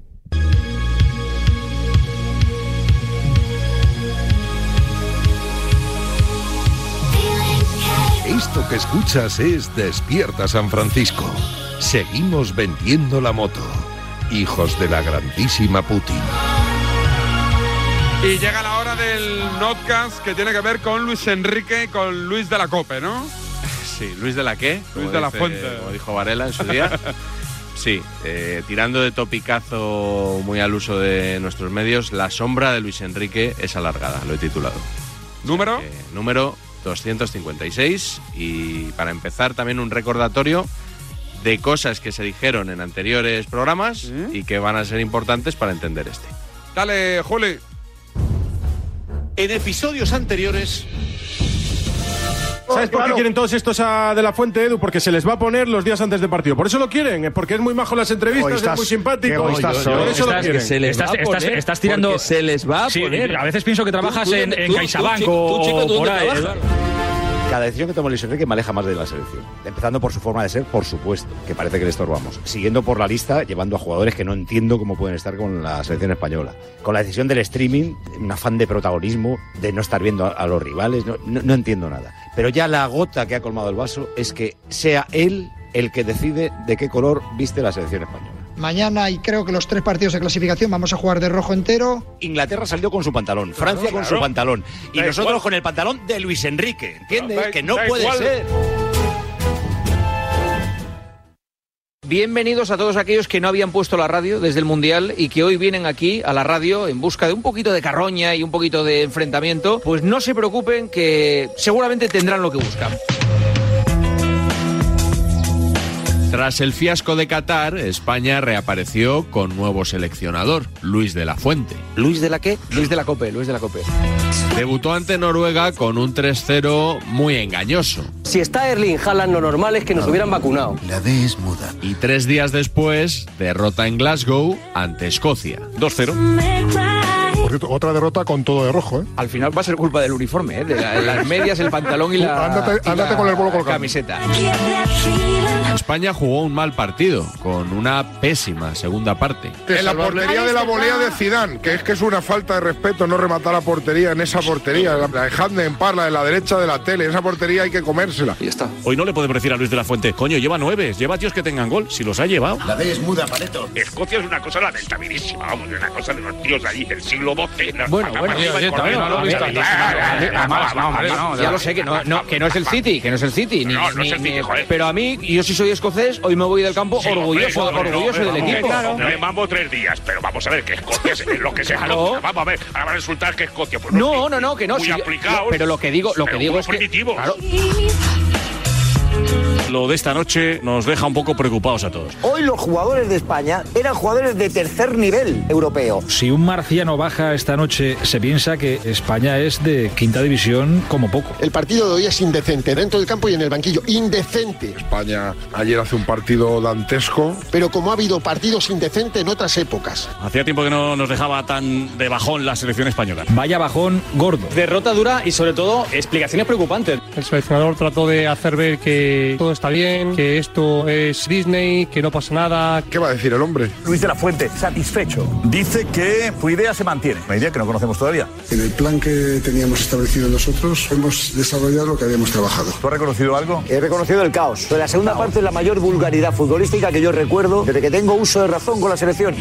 S3: Esto que escuchas es Despierta San Francisco. Seguimos vendiendo la moto. Hijos de la grandísima Putin.
S1: Y llega la hora del notcast que tiene que ver con Luis Enrique y con Luis de la Cope, ¿no?
S2: Sí, Luis de la qué?
S1: Luis
S2: como
S1: de la
S2: dice-
S1: Fuente.
S2: Como dijo Varela en su día. Sí, eh, tirando de topicazo muy al uso de nuestros medios, la sombra de Luis Enrique es alargada, lo he titulado.
S1: ¿Número?
S2: número 256 y para empezar también un recordatorio de cosas que se dijeron en anteriores programas y que van a ser importantes para entender este.
S1: ¿Mm? Dale, Juli.
S14: En episodios anteriores.
S15: ¿Sabes por qué quieren todos estos a De La Fuente, Edu? Porque se les va a poner los días antes del partido. Por eso lo quieren,
S16: ¿eh?
S15: es porque es muy majo en las entrevistas, es
S17: Egoístas.
S15: muy simpático.
S17: Qué egoístas
S15: por
S17: sois.
S15: eso lo
S17: Estás-
S15: quieren.
S17: que se les va a
S18: ¿eh? estás-
S17: poner,
S18: estás tirando-
S17: porque se les va a
S18: Sí, eh,
S17: poner.
S18: a veces pienso que trabajas en-
S17: dónde-
S18: en CaixaBank
S17: chico-
S18: o-
S17: chico,
S18: o
S17: ¿tú
S18: por
S17: dónde
S18: ahí,
S17: trabajas?
S19: Cada decisión que toma Luis Enrique me aleja más de la selección. Empezando por su forma de ser, por supuesto, que parece que le estorbamos. Siguiendo por la lista, llevando a jugadores que no entiendo cómo pueden estar con la selección española. Con la decisión del streaming, un afán de protagonismo, de no estar viendo a, a los rivales, no, no- no entiendo nada. Pero ya la gota que ha colmado el vaso es que sea él el que decide de qué color viste la selección española.
S20: Mañana y creo que los tres partidos de clasificación vamos a jugar de rojo entero.
S19: Inglaterra salió con su pantalón, Francia con su
S20: Claro.
S19: pantalón y
S20: Da
S19: nosotros
S20: igual.
S19: con el pantalón de Luis Enrique, ¿entiendes?
S20: Da-
S19: que no
S20: da
S19: puede
S20: igual.
S19: ser.
S17: Bienvenidos a todos aquellos que no habían puesto la radio desde el Mundial y que hoy vienen aquí a la radio en busca de un poquito de carroña y un poquito de enfrentamiento. Pues no se preocupen que seguramente tendrán lo que buscan.
S2: Tras el fiasco de Qatar, España reapareció con nuevo seleccionador, Luis de la Fuente.
S17: ¿Luis de la qué? Luis de la Cope, Luis de la Cope.
S2: Debutó ante Noruega con un 3-0 muy engañoso.
S17: Si está Erling Haaland, lo normal es que nos hubieran vacunado.
S2: La D es muda. Y tres días después, derrota en Glasgow ante Escocia. 2-0.
S21: Por cierto, otra derrota con todo de rojo, ¿eh?
S17: Al final va a ser culpa del uniforme, ¿eh? de la- las medias, el pantalón y la,
S21: Uh, Ándate-
S17: y
S21: ándate
S17: la
S21: con el bolo colgado.
S17: camiseta.
S2: España jugó un mal partido, con una pésima segunda parte.
S21: En la portería de la volea de Zidane, que es que es una falta de respeto no rematar la portería en esa portería, la la de Handen Parla de la derecha de la tele, esa portería hay que comérsela.
S9: Y está. Hoy no le podemos decir a Luis de la Fuente, coño, lleva nueve, lleva tíos que tengan gol, si los ha llevado.
S22: La D es muda, paleto. Escocia es una cosa lamentabilísima, vamos, una cosa de los tíos allí del siglo XII. las
S17: Bueno,
S22: patas
S17: bueno,
S22: para arriba
S17: sí,
S22: y por
S17: también,
S22: arriba,
S17: no,
S22: la
S17: a ver,
S22: vista
S17: también,
S22: clara,
S17: también,
S22: eh,
S17: también,
S22: vamos,
S17: vamos,
S22: vamos,
S17: vamos,
S22: vamos,
S17: ya lo
S22: vamos,
S17: sé, que no,
S22: vamos,
S17: no, que no es el City, que no es el City. ni-
S22: No, no es
S17: ni-
S22: el
S17: ni-
S22: City, joder.
S17: Pero a mí, yo sí soy escocés, hoy me voy del campo
S22: Sí,
S17: orgulloso,
S22: hombre, hombre,
S17: orgulloso
S22: hombre,
S17: del
S22: hombre,
S17: equipo.
S22: hombre, Vamos tres días, pero vamos a ver que Escocia es lo que sea.
S17: Claro.
S22: Escocia. Vamos a ver, ahora va a resultar que Escocia. Pues
S17: No, no, no, que no.
S22: Muy
S17: si yo-
S22: aplicados,
S17: pero lo que digo, lo que
S22: pero
S17: digo
S22: muy
S17: es que.
S22: primitivos.
S17: claro,
S9: Lo de esta noche nos deja un poco preocupados a todos.
S23: Hoy los jugadores de España eran jugadores de tercer nivel europeo.
S24: Si un marciano baja esta noche, se piensa que España es de quinta división como poco.
S25: El partido de hoy es indecente, dentro del campo y en el banquillo. Indecente.
S1: España ayer hace un partido dantesco.
S25: Pero como ha habido partidos indecentes en otras épocas.
S9: Hacía tiempo que no nos dejaba tan de bajón la selección española.
S24: Vaya bajón gordo.
S26: Derrota dura y sobre todo explicaciones preocupantes.
S27: El seleccionador trató de hacer ver que todo está bien, que esto es Disney, que no pasa nada.
S1: ¿Qué va a decir el hombre?
S28: Luis de la Fuente, satisfecho. Dice que su idea se mantiene, una idea que no conocemos todavía.
S4: En el plan que teníamos establecido nosotros, hemos desarrollado lo que habíamos trabajado.
S28: ¿Tú has reconocido algo?
S23: He reconocido el caos. Pero la segunda caos. parte es la mayor vulgaridad futbolística que yo recuerdo desde que tengo uso de razón con la selección.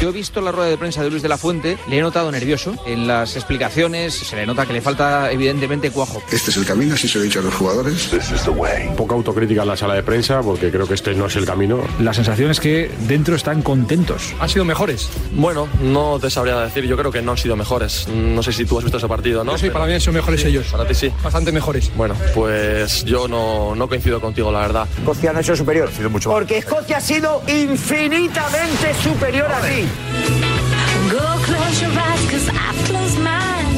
S17: Yo he visto la rueda de prensa de Luis de la Fuente, le he notado nervioso. En las explicaciones se le nota que le falta evidentemente cuajo.
S4: Este es el camino, así se lo he dicho a los jugadores. This is the
S16: way. Poca autocrítica en la sala de prensa porque creo que este no es el camino.
S24: La sensación es que dentro están contentos.
S29: ¿Han sido mejores?
S30: Bueno, no te sabría decir, yo creo que no han sido mejores. No sé si tú has visto ese partido, ¿no?
S29: Sí, para mí han sido mejores sí, ellos.
S30: Para ti sí.
S29: Bastante mejores.
S30: Bueno, pues yo no, no coincido contigo, la verdad.
S23: Escocia no ha sido superior.
S28: Ha sido mucho más.
S23: porque Escocia ha sido infinitamente superior a ti.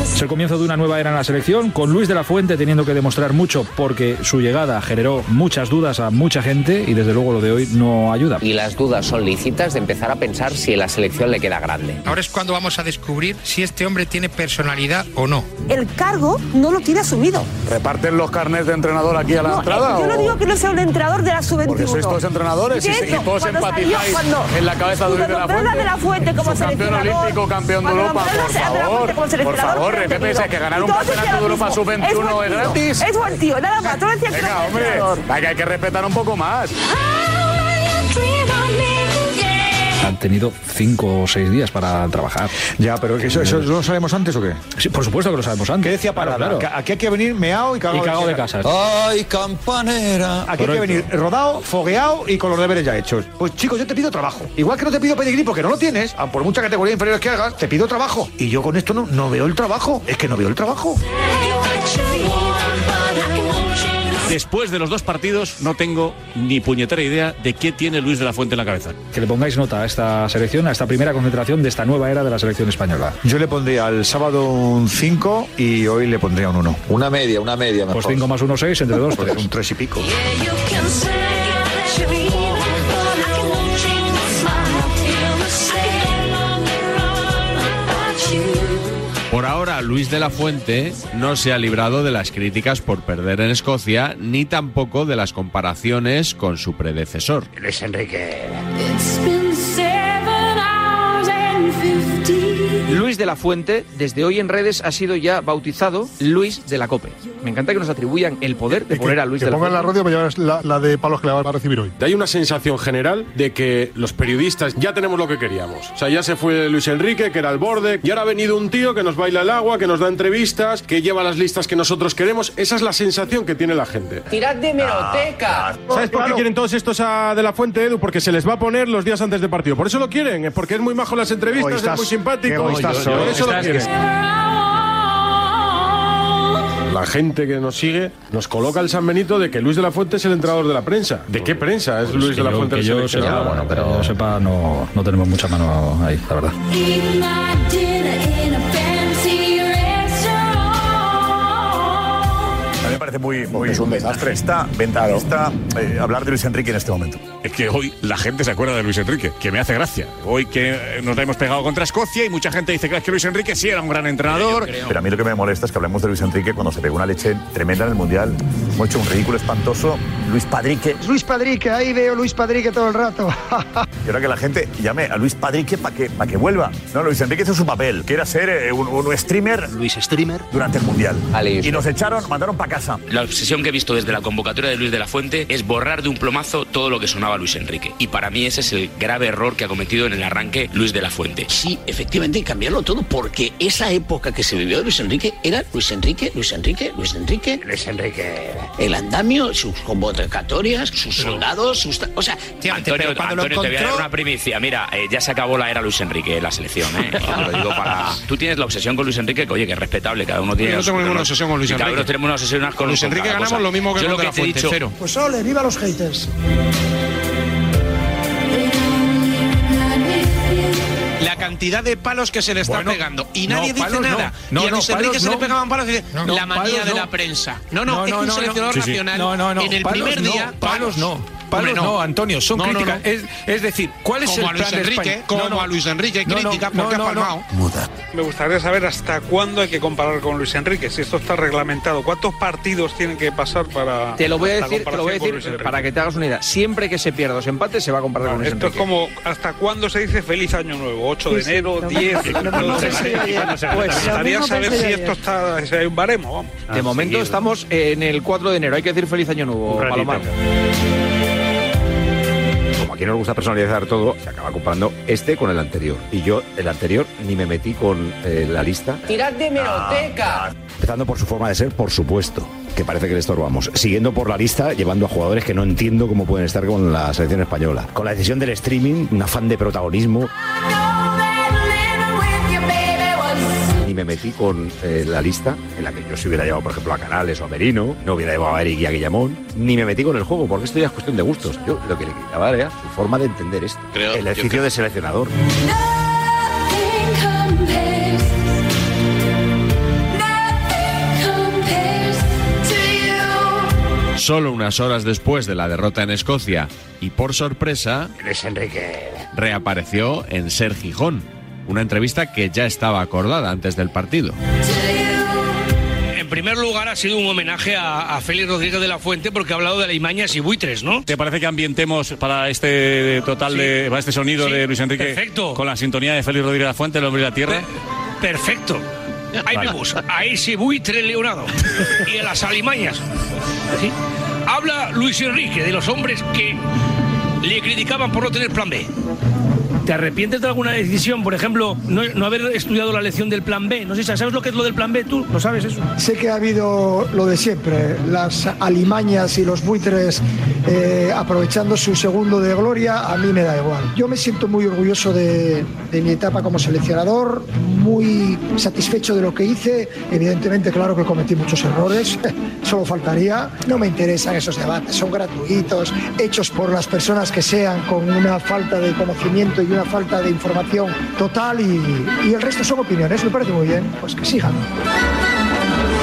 S24: Es el comienzo de una nueva era en la selección, con Luis de la Fuente teniendo que demostrar mucho porque su llegada generó muchas dudas a mucha gente y desde luego lo de hoy no ayuda.
S13: Y las dudas son lícitas de empezar a pensar si la selección le queda grande.
S31: Ahora es cuando vamos a descubrir si este hombre tiene personalidad o no.
S32: El cargo no lo tiene asumido.
S4: ¿Reparten los carnets de entrenador aquí a la
S32: no,
S4: entrada?
S32: Eh, yo no digo que no sea un entrenador de la sub-21.
S4: Porque sois todos entrenadores y, y, todos empatizáis en la cabeza de Luis de la Fuente.
S32: De la Fuente como
S4: campeón olímpico, campeón de Europa, por favor. Por favor, ¿qué pensáis? ¿Que ganar un campeonato de Europa sub-21 es gratis?
S32: Es buen tío, nada más, no decía
S4: Venga, hombre, hay que respetar un poco más.
S24: Han tenido cinco o seis días para trabajar.
S15: Ya, pero ¿eso, eso lo sabemos antes o qué?
S24: Sí, por supuesto que lo sabemos antes.
S15: ¿Qué decía Parada?
S24: Claro, claro.
S15: Aquí hay que venir meao y cagado,
S24: y cagado de, de casa.
S15: ¡Ay, campanera! Aquí Correcto. hay que venir rodado, fogueado y con los deberes ya hechos. Pues chicos, yo te pido trabajo. Igual que no te pido pedigrí porque no lo tienes, por mucha categoría inferior que hagas, te pido trabajo. Y yo con esto no, no veo el trabajo. Es que no veo el trabajo.
S9: Después de los dos partidos, no tengo ni puñetera idea de qué tiene Luis de la Fuente en la cabeza.
S24: Que le pongáis nota a esta selección, a esta primera concentración de esta nueva era de la selección española.
S15: Yo le pondría el sábado un 5 y hoy le pondría un 1.
S28: Una media, una media.
S24: Mejor. Pues 5 más 1, 6, entre 2,
S15: pues un 3 y pico.
S2: Por ahora, Luis de la Fuente no se ha librado de las críticas por perder en Escocia, ni tampoco de las comparaciones con su predecesor.
S4: Luis Enrique.
S17: Luis de la Fuente, desde hoy en redes, ha sido ya bautizado Luis de la Cope. Me encanta que nos atribuyan el poder de
S4: que,
S17: poner a Luis
S4: que
S17: de la
S4: pongan
S17: Fuente.
S4: la radio para llevar la, la de palos que la va a recibir hoy.
S16: Hay una sensación general de que los periodistas ya tenemos lo que queríamos. O sea, ya se fue Luis Enrique, que era al borde, y ahora ha venido un tío que nos baila el agua, que nos da entrevistas, que lleva las listas que nosotros queremos. Esa es la sensación que tiene la gente.
S13: ¡Tirad de
S24: Ah,
S4: Ah,
S13: meroteca!
S7: No, ¿Sabes claro. por qué quieren todos estos a de la Fuente, Edu? Porque se les va a poner los días antes del partido. Por eso lo quieren, porque es muy majo las entrevistas, estás, es muy simpático. Estás, yo, yo, eso estás, lo quieren
S16: la gente que nos sigue nos coloca el San Benito de que Luis de la Fuente es el entrenador de la prensa. ¿De qué prensa es Luis pues de la Fuente? Ah,
S24: Yo, que yo sepa, bueno, pero yo sepa, no, no tenemos mucha mano ahí, la verdad.
S28: A mí me parece muy, muy es un desastre. Está, ventado, está eh, hablar de Luis Enrique en este momento.
S9: Es que hoy la gente se acuerda de Luis Enrique, que me hace gracia. Hoy que eh, nos la hemos pegado contra Escocia y mucha gente dice que, es que Luis Enrique sí era un gran entrenador.
S28: Pero a mí lo que me molesta es que hablemos de Luis Enrique cuando se pegó una leche tremenda en el Mundial. Hemos hecho un ridículo espantoso. Luis Padrique.
S20: Luis Padrique, ahí veo Luis Padrique todo el rato.
S28: y ahora que la gente llame a Luis Padrique para que, pa que vuelva. No, Luis Enrique hizo su papel, que era ser eh, un, un, streamer.
S30: Luis Streamer.
S28: Durante el Mundial.
S13: Alex.
S28: Y nos echaron, mandaron para
S13: la obsesión que he visto desde la convocatoria de Luis de la Fuente es borrar de un plomazo todo lo que sonaba Luis Enrique. Y para mí ese es el grave error que ha cometido en el arranque Luis de la Fuente.
S33: Sí, efectivamente, cambiarlo todo, porque esa época que se vivió de Luis Enrique era Luis Enrique, Luis Enrique, Luis Enrique.
S4: Luis Enrique.
S34: el andamio, sus convocatorias, sus soldados, sus... O sea,
S13: Antonio, Antonio, te voy a dar una primicia. Mira, eh, ya se acabó la era Luis Enrique, la selección. ¿eh? Te lo digo para... Tú tienes la obsesión con Luis Enrique, que, oye, que es respetable. Cada uno tiene.
S28: Yo no tengo
S13: su-
S28: ninguna obsesión con Luis
S13: Cada
S28: Enrique.
S13: uno tenemos una obsesión unas con
S28: Con Luis
S13: con
S28: Enrique
S13: cada
S28: ganamos
S13: cosa.
S28: lo mismo que
S13: Yo
S28: con
S13: lo
S28: De
S13: que
S28: La
S13: te he
S28: Fuente,
S13: dicho,
S28: cero.
S20: Pues ole, viva los haters.
S28: La cantidad de palos que se le está
S15: Bueno,
S28: pegando. Y
S15: no,
S28: nadie dice
S15: palos no.
S28: nada.
S15: No,
S28: y a
S15: no,
S28: Luis
S15: palos
S28: Enrique se
S15: no.
S28: le pegaban palos y dice,
S15: No, no,
S28: la manía
S15: palos
S28: de
S15: no.
S28: la prensa. No, no, es que un seleccionador
S15: Sí, sí.
S28: nacional
S15: No, no, no.
S28: en el
S15: Palos
S28: primer
S15: no,
S28: día...
S15: Palos no. Palos
S28: Hombre,
S15: no.
S28: no.
S15: Antonio, son
S28: No, no,
S15: críticas.
S28: no.
S15: Es, es decir, ¿cuál es
S28: Como a
S15: el
S28: Luis
S15: plan de
S28: Enrique,
S15: España?
S28: como a Luis Enrique, crítica porque ha palmado.
S35: Me gustaría saber hasta cuándo hay que comparar con Luis Enrique, si esto está reglamentado, cuántos partidos tienen que pasar para.
S17: Te lo voy a
S35: la
S17: decir, te lo voy
S35: comparación
S17: a
S35: con Luis
S17: decir
S35: Enrique?
S17: para que te hagas una idea. Siempre que se pierda o se empate, se va a comparar con Luis
S35: Esto es
S17: Enrique.
S35: como hasta cuándo se dice feliz año nuevo, 8 de
S17: Pues Sí, sí,
S35: enero,
S17: lo mismo
S35: 10.
S17: pensé yo ayer.
S35: no sé,
S17: Pues,
S35: Me gustaría
S17: lo mismo
S35: saber
S17: pensé
S35: si
S17: yo
S35: esto
S17: ayer.
S35: está, si hay un baremo. Vamos. Ah,
S17: De momento estamos eh, en el 4 de enero. Hay que decir feliz año nuevo, Palomar.
S19: Como aquí nos gusta personalizar todo, se acaba comparando este con el anterior. Y yo, el anterior, ni me metí con eh, la lista.
S34: Tirad de meroteca.
S19: Empezando por su forma de ser, por supuesto, que parece que le estorbamos. Siguiendo por la lista, llevando a jugadores que no entiendo cómo pueden estar con la selección española. Con la decisión del streaming, un afán de protagonismo. Ni me metí con eh, la lista en la que yo si hubiera llevado, por ejemplo, a Canales o a Merino, no hubiera llevado a Eric y a Guillamón, ni me metí con el juego, porque esto ya es cuestión de gustos. Yo lo que le quitaba era su forma de entender esto. el ejercicio de seleccionador.
S2: Solo unas horas después de la derrota en Escocia y por sorpresa,
S34: Luis Enrique.
S2: reapareció en Ser Gijón, una entrevista que ya estaba acordada antes del partido.
S36: En primer lugar, ha sido un homenaje a, a Félix Rodríguez de la Fuente porque ha hablado de Limañas y buitres, ¿no?
S9: ¿Te parece que ambientemos para este total
S36: Sí.
S9: de para este sonido
S36: Sí,
S9: de Luis Enrique
S36: perfecto.
S9: con la sintonía de Félix Rodríguez de la Fuente, el hombre de la tierra?
S36: Perfecto. Ahí
S9: Vale.
S36: vemos, ahí sí buitre Leonardo y a las Alimañas. ¿Sí? Habla Luis Enrique de los hombres que le criticaban por no tener plan B.
S37: ¿Te arrepientes de alguna decisión? Por ejemplo, no, no haber estudiado la lección del plan B. No sé si sabes lo que es lo del plan B, tú lo sabes eso.
S20: Sé que ha habido lo de siempre, las alimañas y los buitres eh, aprovechando su segundo de gloria, a mí me da igual. Yo me siento muy orgulloso de, de mi etapa como seleccionador, muy satisfecho de lo que hice. Evidentemente, claro que cometí muchos errores, solo faltaría. No me interesan esos debates, son gratuitos, hechos por las personas que sean, con una falta de conocimiento y una falta de información total y, y el resto son opiniones, me parece muy bien, pues que sigan.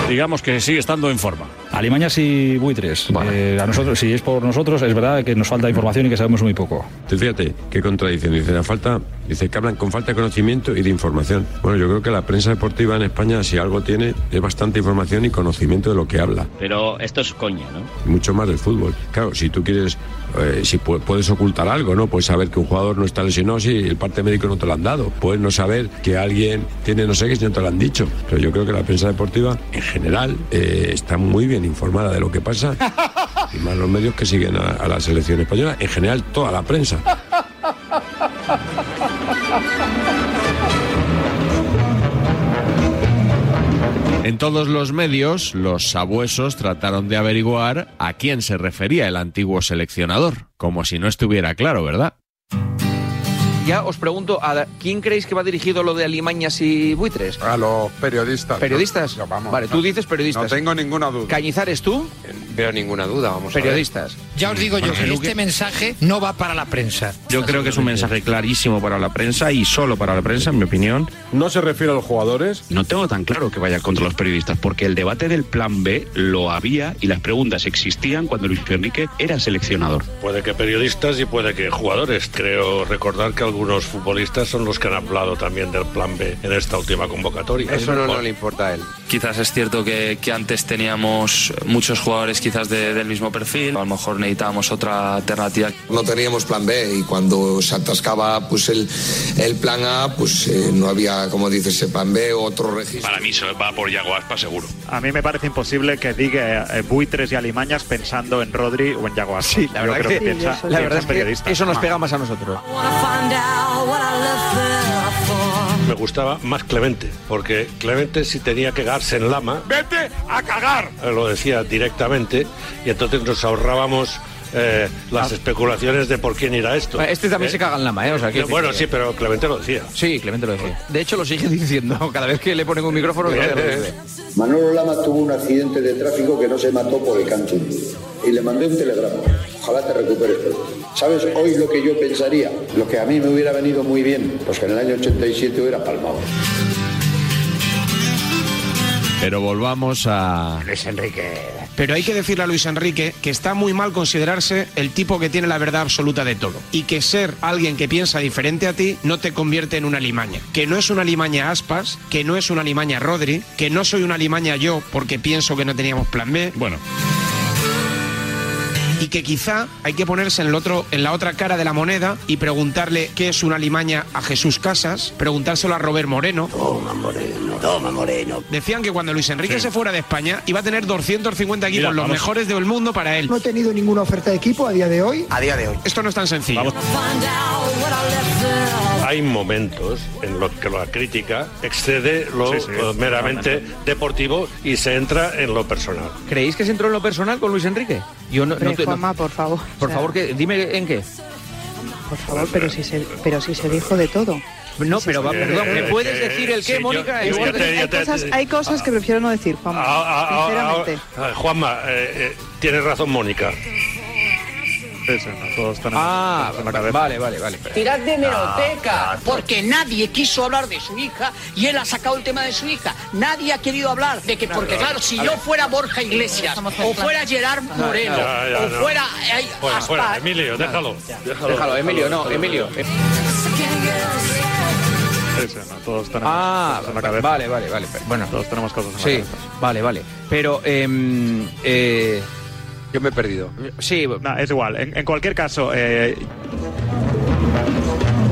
S9: Digamos que sigue estando en forma.
S24: Alimañas y buitres. Eh, a nosotros, si es por nosotros, es verdad que nos falta información y que sabemos muy poco.
S7: Entonces, fíjate, qué contradicción. Dice la falta, dice que hablan con falta de conocimiento y de información. Bueno, yo creo que la prensa deportiva en España, si algo tiene, es bastante información y conocimiento de lo que habla.
S38: Pero esto es coña, ¿no?
S7: y mucho más del fútbol. Claro, si tú quieres, eh, si pu- puedes ocultar algo, ¿no? Puedes saber que un jugador no está lesionado si el parte médico no te lo han dado. Puedes no saber que alguien tiene no sé qué si no te lo han dicho. Pero yo creo que la prensa deportiva, en general, eh, está muy bien informada de lo que pasa. Y más los medios que siguen a, a la selección española, en general toda la prensa.
S2: En todos los medios, los sabuesos trataron de averiguar a quién se refería el antiguo seleccionador, como si no estuviera claro, ¿verdad?
S17: Ya os pregunto, ¿a quién creéis que va dirigido lo de Alimañas y buitres?
S39: A los periodistas.
S17: ¿Periodistas?
S39: No, vamos,
S17: vale,
S39: no.
S17: tú dices periodistas.
S39: No tengo ninguna duda.
S17: ¿Cañizares tú?
S15: Veo ninguna duda, vamos.
S17: Periodistas.
S40: Ya os digo yo que este mensaje no va para la prensa.
S15: Yo creo que es un mensaje clarísimo para la prensa y solo para la prensa, en mi opinión. ¿No se refiere a los jugadores? No tengo tan claro que vaya contra los periodistas, porque el debate del plan B lo había y las preguntas existían cuando Luis Enrique era seleccionador.
S10: Puede que periodistas y puede que jugadores. Creo recordar que algunos futbolistas son los que han hablado también del plan B en esta última convocatoria.
S12: Eso no, no
S10: Por-
S12: le importa a él.
S10: Quizás es cierto que, que antes teníamos muchos jugadores quizás de- del mismo perfil, a lo mejor necesitábamos otra alternativa.
S12: No teníamos plan B y cuando se atascaba pues el, el plan A, pues eh, no había, como dices, ese plan B o otro registro.
S10: Para mí se va por Yago Aspas seguro.
S41: A mí me parece imposible que diga eh, buitres y alimañas pensando en Rodri o en Jaguar. Sí,
S17: La verdad, que, la
S41: Ah.
S17: verdad es que eso nos pega más a nosotros.
S42: Find out what I love her for.
S10: me gustaba más Clemente, porque Clemente si tenía que cagarse en lama,
S9: ¡Vete a cagar!
S10: eh, lo decía directamente, y entonces nos ahorrábamos eh, las especulaciones de por quién irá esto.
S28: Ah. Este también
S10: ¿Eh?
S28: se caga en lama, ¿eh? O sea, que-
S10: bueno, sí, pero Clemente lo decía.
S28: Sí, Clemente lo decía. De hecho, lo sigue diciendo. Cada vez que le ponen un micrófono, lo dice.
S43: Manolo Lama tuvo un accidente de tráfico que no se mató por el canto. Y le mandé un telegrama. Ojalá te recuperes pronto. ¿Sabes hoy lo que yo pensaría? Lo que a mí me hubiera venido muy bien, pues que en el año 87 hubiera palmado.
S2: Pero volvamos a.
S17: Luis Enrique. Pero hay que decirle a Luis Enrique que está muy mal considerarse el tipo que tiene la verdad absoluta de todo. Y que ser alguien que piensa diferente a ti no te convierte en una limaña. Que no es una limaña Aspas, que no es una limaña Rodri, que no soy una limaña yo porque pienso que no teníamos plan B.
S9: Bueno.
S17: Y que quizá hay que ponerse en, el otro, en la otra cara de la moneda y preguntarle qué es una limaña a Jesús Casas, preguntárselo a Robert Moreno. Toma Moreno, toma Moreno. Decían que cuando Luis Enrique se fuera de España iba a tener 250 equipos,
S20: Mira,
S17: los
S20: vamos.
S17: mejores del mundo para él.
S20: No he tenido ninguna oferta de equipo a día de hoy.
S17: A día de hoy. Esto no es tan sencillo.
S10: Hay momentos en los que la crítica excede lo
S43: Sí, sí,
S10: eh, meramente
S43: totalmente.
S10: deportivo y se entra en lo personal.
S28: ¿Creéis que se entró en lo personal con Luis Enrique? Yo no, no te- no-
S19: Juanma, por favor.
S28: Por
S19: O sea,
S28: favor, que, dime en qué.
S19: Por favor, pero si se, pero si se dijo de todo.
S28: No, pero va,
S19: Eh,
S28: perdón, ¿me
S19: eh,
S28: puedes
S19: eh,
S28: decir el qué,
S19: sí, yo-
S28: Mónica?
S19: Es
S10: yo
S19: que
S10: te- yo
S19: hay,
S10: te-
S19: cosas, hay cosas que prefiero no decir, Juanma.
S10: Ah, ah, ah,
S19: sinceramente.
S10: ah, ah, Juanma, eh, eh, tienes razón, Mónica.
S28: Ah, vale, vale, vale.
S13: Tirad de hemeroteca, porque nadie quiso hablar de su hija y él ha sacado el tema de su hija. Nadie ha querido hablar de que, porque
S28: Claro.
S13: claro, si
S28: A
S13: yo
S28: ver.
S13: fuera Borja Iglesias,
S28: Estamos
S13: o
S28: mezclando.
S13: fuera Gerard Moreno,
S10: Ah, Ya, ya,
S13: o
S10: no.
S13: fuera... eh,
S10: Fuera,
S28: Ah,
S13: Aspar,
S10: fuera, Emilio, déjalo. Déjalo,
S28: Déjalo, Emilio, no,
S10: déjalo.
S28: Emilio. Ah, vale, vale, vale. pero- Bueno,
S44: todos tenemos cosas en la
S28: Sí,
S44: cabeza.
S28: vale, vale. Pero, em, eh, yo me he perdido. Sí,
S44: No, es igual. En, en cualquier caso, eh,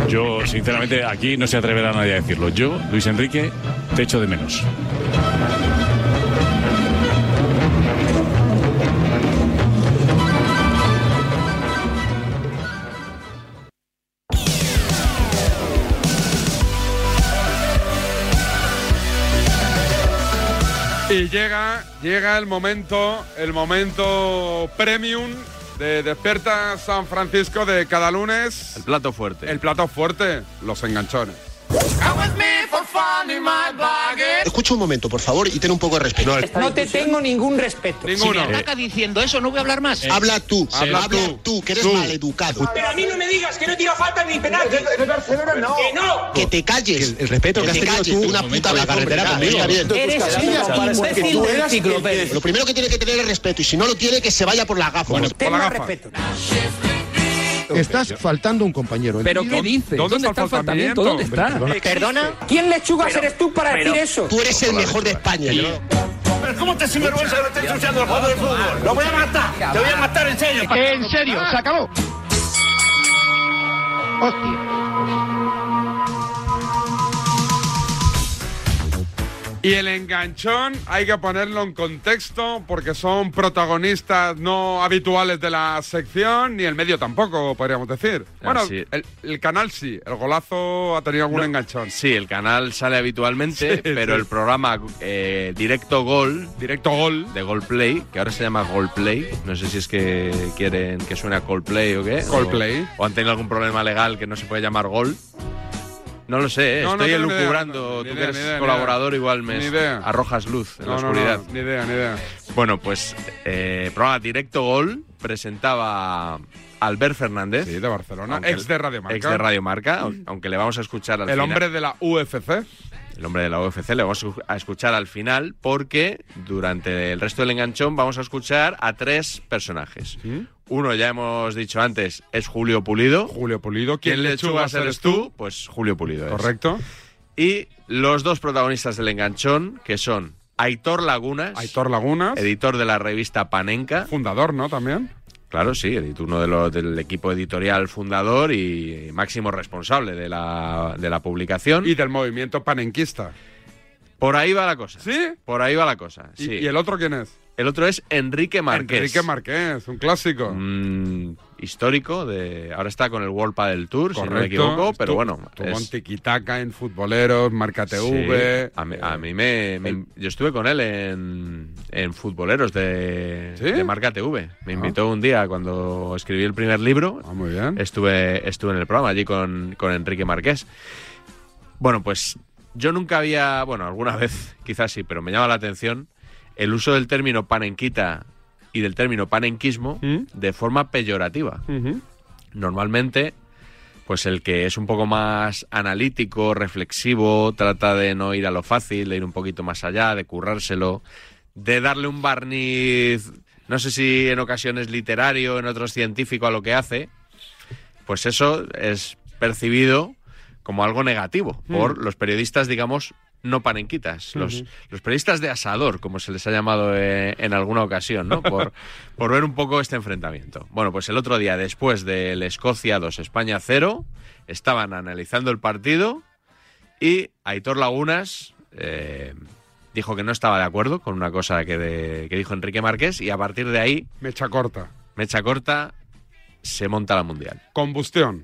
S9: Yo, sinceramente, aquí no se atreverá nadie a decirlo. Yo, Luis Enrique, te echo de menos.
S1: Y llega, llega el momento, el momento premium de Despierta San Francisco de cada lunes. El plato fuerte. El plato fuerte, los enganchones.
S15: Escucha un momento, por favor, y ten un poco de respeto.
S13: No te tengo ningún respeto.
S15: Ninguno. Eh,
S13: Si me ataca diciendo eso, no voy a hablar
S44: Eh,
S13: más.
S15: Habla tú,
S13: Sí.
S15: habla tú, que eres maleducado.
S13: Pero a mí no me digas que no tira falta ni penalti.
S15: De Barcelona, no.
S13: Que no.
S15: Que te calles. el respeto que has tenido tú, una puta en la carretera conmigo.
S13: Eres un imbécil de enciclopedia.
S15: Lo primero que tiene que tener es respeto, y si no lo tiene, que se vaya por las gafas. Bueno, por las gafas.
S4: Estás faltando a un
S13: Pues
S4: compañero.
S15: ¿Pero qué
S4: dices?
S15: ¿Dónde está el faltamiento?
S4: ¿Dónde está?
S15: Hombre, perdona.
S13: ¿Quién lechugas
S15: Pero-
S13: eres tú para
S15: pero-
S13: decir eso?
S15: Tú eres el mejor de España. yo no-
S13: ¿Cómo te sinvergüenza que lo estés ensuciando el juego del fútbol? ¡Lo voy a matar! ¡Te voy a matar en serio!
S4: Eh, En serio, se acabó.
S1: Y el enganchón hay que ponerlo en contexto porque son protagonistas no habituales de la sección, ni el medio tampoco, podríamos decir. Bueno,
S2: sí.
S1: el, el canal sí, el golazo ha tenido algún enganchón.
S2: Sí, el canal sale habitualmente,
S1: Sí,
S2: pero
S1: sí.
S2: el programa eh, Directo Gol.
S1: Directo Gol.
S2: De Gol Play, que ahora se llama Gol Play. No sé si es que quieren que suene a Gol Play o qué.
S1: Gol
S2: o-
S1: Play.
S2: O, han tenido algún problema legal que no se puede llamar Gol. No lo sé, eh,
S1: No, no
S2: estoy
S1: tengo ni idea, ni
S2: elucubrando. Tú que
S1: idea,
S2: eres
S1: ni idea, ni
S2: colaborador,
S1: idea.
S2: igual me
S1: Ni idea.
S2: arrojas luz en la
S1: No, no, no,
S2: oscuridad.
S1: ni idea, ni idea.
S2: Bueno, pues eh, programa Directo Gol presentaba a Albert Fernández.
S1: Sí, de Barcelona.
S2: aunque-
S1: Ex de Radio Marca.
S2: Ex de Radio Marca, au- aunque le vamos a escuchar al
S1: El
S2: final-
S1: hombre de la UFC.
S2: El hombre de la UFC le vamos a escuchar al final porque durante el resto del enganchón vamos a escuchar a tres personajes. Uno, ya hemos dicho antes, es Julio Pulido.
S1: Julio Pulido.
S2: ¿Quién,
S1: ¿Quién
S2: lechugas eres tú? Pues Julio Pulido es.
S1: Correcto.
S2: Y los dos protagonistas del enganchón, que son Aitor Lagunas.
S1: Aitor Lagunas.
S2: Editor de la revista Panenka.
S1: Fundador, ¿no? También.
S2: Claro, sí, edit- uno de los, del equipo editorial fundador y máximo responsable de la, de la publicación.
S1: Y del movimiento panenquista.
S2: Por ahí va la cosa.
S1: ¿Sí?
S2: Por ahí va la cosa.
S1: ¿Y-
S2: Ah, sí.
S1: y el otro quién es?
S2: El otro es Enrique Márquez.
S1: Enrique Marqués, un clásico.
S2: Mm, histórico. De, ahora está con el World Padel Tour, si no me
S1: Correcto.
S2: equivoco, pero
S1: Tu-
S2: bueno.
S1: tu
S2: es-
S1: Montiquitaca en futboleros, marca TV.
S2: Sí, a mí, a mí me, me- Yo estuve con él en, en Futboleros de, de Marca TV. Me invitó un día cuando escribí el primer libro. Estuve, estuve en el programa allí con, con Enrique Marqués. Bueno, pues yo nunca había. Bueno, alguna vez quizás sí, pero me llama la atención el uso del término panenquita y del término panenquismo de forma peyorativa normalmente, pues el que es un poco más analítico, reflexivo, trata de no ir a lo fácil, de ir un poquito más allá, de currárselo, de darle un barniz, no sé si en ocasiones literario, en otros científico a lo que hace, pues eso es percibido como algo negativo por
S45: Mm.
S2: los periodistas, digamos, no panenquitas, los,
S45: Ujú.
S2: los periodistas de asador, como se les ha llamado eh, en alguna ocasión, ¿no? Por, por ver un poco este enfrentamiento. Bueno, pues el otro día, después del Escocia 2, España 0, estaban analizando el partido y Aitor Lagunas eh, dijo que no estaba de acuerdo con una cosa que, de- que dijo Enrique Márquez y a partir de ahí,
S1: Mecha corta.
S2: mecha corta, se monta la Mundial.
S1: Combustión.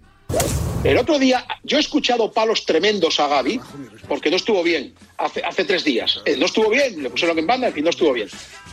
S15: El otro día yo he escuchado palos tremendos a Gaby porque no estuvo bien hace, hace tres días. Eh, no estuvo bien, le pusieron en banda, en fin, no estuvo bien.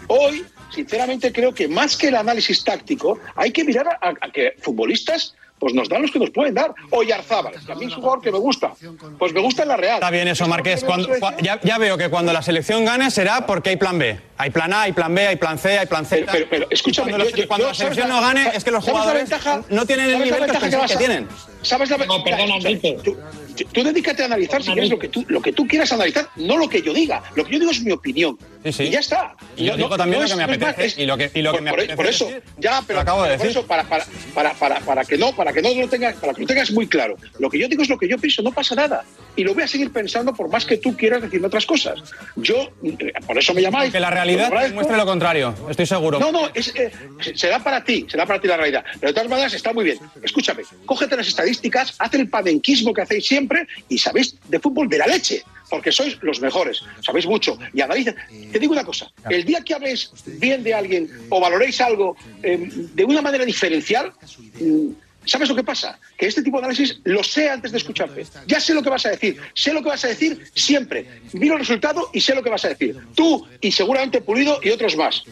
S15: Hoy, sinceramente, creo que más que el análisis táctico, hay que mirar a, a que futbolistas pues nos dan los que nos pueden dar. O Yarzábal, que a mí es un jugador que me gusta. Pues me gusta en la Real.
S17: Está bien eso, Marqués. Cuando- cua- ya, ya veo que cuando la selección gane será porque hay plan B. Hay plan A, hay plan B, hay plan C, hay plan Z.
S15: Pero, pero, escúchame,
S17: cuando, la,
S15: yo- yo-
S17: cuando
S15: yo-
S17: la selección no
S15: ¿sabes la-
S17: gane es que los
S15: ¿sabes la
S17: jugadores
S15: ventaja?
S17: no tienen el
S15: ¿Sabes la
S17: nivel que,
S15: ventaja que
S17: pensáis
S15: vas
S17: que
S15: a-
S17: tienen.
S15: ¿Sabes la No, perdona, Tú, tú dedícate a analizar si quieres lo que, tú, lo que tú quieras analizar, no lo que yo diga. Lo que yo digo es mi opinión. Y ya está.
S17: Y yo
S15: No-
S17: digo
S15: no-
S17: también
S15: no
S17: lo que
S15: es-
S17: me
S15: no es más,
S17: apetece
S15: es-
S17: y lo que, y lo que
S15: por,
S17: me
S15: por-
S17: apetece
S15: por eso,
S17: decir.
S15: ya, pero
S17: Lo acabo de
S15: por
S17: decir.
S15: eso, para, para, para, para, para que no, para que no lo tengas, para que lo tengas muy claro. Lo que yo digo es lo que yo pienso, no pasa nada. Y lo voy a seguir pensando por más que tú quieras decirme otras cosas. Yo, eh, por eso me llamáis.
S17: Que la realidad
S15: Os agradezco.
S17: muestre lo contrario, estoy seguro.
S15: No, no, es, eh, será para ti, será para ti la realidad. Pero de todas maneras está muy bien. Escúchame, cógete las estadísticas, haz el padenquismo que hacéis siempre y sabéis de fútbol de la leche, porque sois los mejores, sabéis mucho. Y analiza. Te digo una cosa, el día que habléis bien de alguien o valoréis algo eh, de una manera diferencial, mm, ¿Sabes lo que pasa? Que este tipo de análisis lo sé antes de escucharte. Ya sé lo que vas a decir. Sé lo que vas a decir siempre. Miro el resultado y sé lo que vas a decir. Tú y seguramente Pulido y otros más.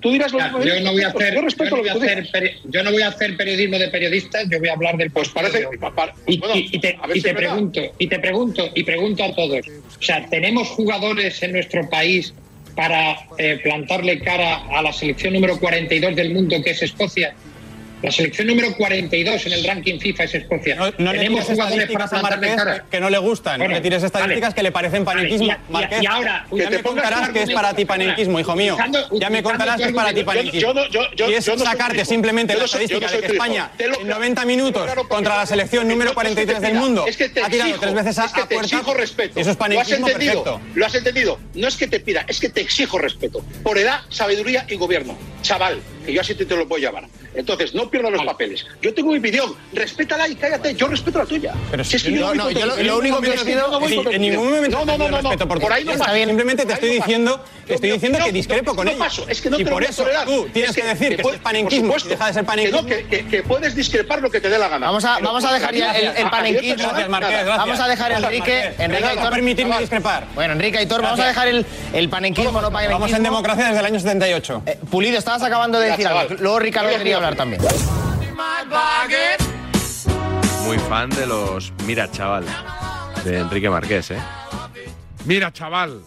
S15: Tú dirás lo
S46: Ya,
S15: mismo.
S46: yo no voy a hacer,
S15: Yo
S46: yo
S15: respeto
S46: no voy
S15: lo
S46: a
S15: que tú
S46: hacer
S15: digas.
S46: peri- yo no voy a hacer periodismo de periodistas, yo voy a hablar del pues
S15: parece-
S46: y, y- y te,
S15: a ver
S46: y
S15: si
S46: te
S15: es verdad.
S46: pregunto, y te pregunto, y pregunto a todos. O sea, ¿tenemos jugadores en nuestro país para eh, plantarle cara a la selección número 42 del mundo que es Escocia? La selección número 42 en el ranking FIFA es Escocia.
S17: No le
S46: ¿Tenemos
S17: tires
S46: jugadores para
S17: estadísticas a
S46: plantarle
S17: Marqués
S46: cara?
S17: que no le gustan,
S46: Bueno,
S17: no le tires estadísticas
S46: vale.
S17: que le parecen
S46: Vale,
S17: panenquismo.
S46: y a- y a-
S17: Marqués,
S46: y ahora,
S17: ya
S46: que
S17: me
S46: te pongas
S17: contarás
S46: tu
S17: que es para ti
S46: argumento,
S17: panenquismo, hijo mío.
S46: utilizando-
S17: ya me contarás que es para
S46: utilizando
S17: ti
S46: tu
S17: panenquismo.
S46: argumento. Yo- yo- yo-
S17: y es
S46: yo no soy tu
S17: sacarte
S46: hijo.
S17: simplemente
S46: Yo
S17: la
S46: no soy- yo estadística no soy
S17: de
S46: tu
S17: que
S46: hijo.
S17: España
S46: Te lo-
S17: en 90 minutos contra la selección número 43 del mundo
S15: Es que te
S17: ha tirado
S15: exijo,
S17: tres veces a,
S15: es que
S17: a
S15: te
S17: puerta.
S15: exijo
S17: Eso
S15: respeto.
S17: es
S15: lo has
S17: panenquismo
S15: entendido.
S17: perfecto.
S15: Lo has entendido. No es que te pida, es que te exijo respeto. Por edad, sabiduría y gobierno. Chaval, que yo así te, te lo puedo llamar. Entonces, no pierdas los papeles. Yo tengo mi opinión. Respétala y cállate. Yo respeto la tuya. Si es que yo
S17: no,
S15: voy
S17: no,
S15: con tu
S17: yo lo,
S15: opinión,
S17: lo único que
S15: es
S17: os
S15: que yo no
S17: pido
S15: voy con tu
S17: sí, en ningún
S15: opinión.
S17: momento
S15: No, no,
S17: os pido
S15: no, no,
S17: respeto
S15: no.
S17: por tu
S15: Por ahí no
S17: opinión.
S15: pasa.
S17: Simplemente te
S15: Por
S17: estoy
S15: ahí no
S17: diciendo, te estoy diciendo
S15: no,
S17: que discrepo
S15: no,
S17: con
S15: no
S17: ella.
S15: paso, es que no
S17: y
S15: te lo
S17: por
S15: voy a
S17: eso
S15: tolerar.
S17: tú tienes
S15: Es
S17: que,
S15: que
S17: decir
S15: te
S17: que,
S15: puedo-
S17: es panenquismo,
S15: por
S17: y deja de ser panenquismo.
S15: Que, no, que- que- que puedes discrepar lo que te dé la gana.
S20: Vamos a-
S15: Pero
S20: vamos a dejar ya el- el
S15: a nivel
S20: panenquismo.
S15: personal,
S20: Gracias, Marqués,
S15: nada.
S20: gracias. Vamos a dejar a
S15: Gracias,
S20: Enrique-
S15: Marqués.
S20: Enrique
S15: Venga,
S20: Aitor-
S15: va.
S17: Permitirme discrepar.
S20: Bueno, Enrique Aitor, vamos a
S17: Gracias.
S20: dejar el, el panenquismo, no panenquismo. Eh,
S17: Vamos en democracia desde el año 78.
S20: Pulido, estabas acabando de
S17: Ya,
S20: decir algo.
S17: chaval.
S20: Luego Ricardo
S17: Yo lo
S20: quería
S17: pido.
S20: hablar también.
S2: Muy fan de los Mira Chaval, de Enrique Marqués, ¿eh?
S1: Mira Chaval.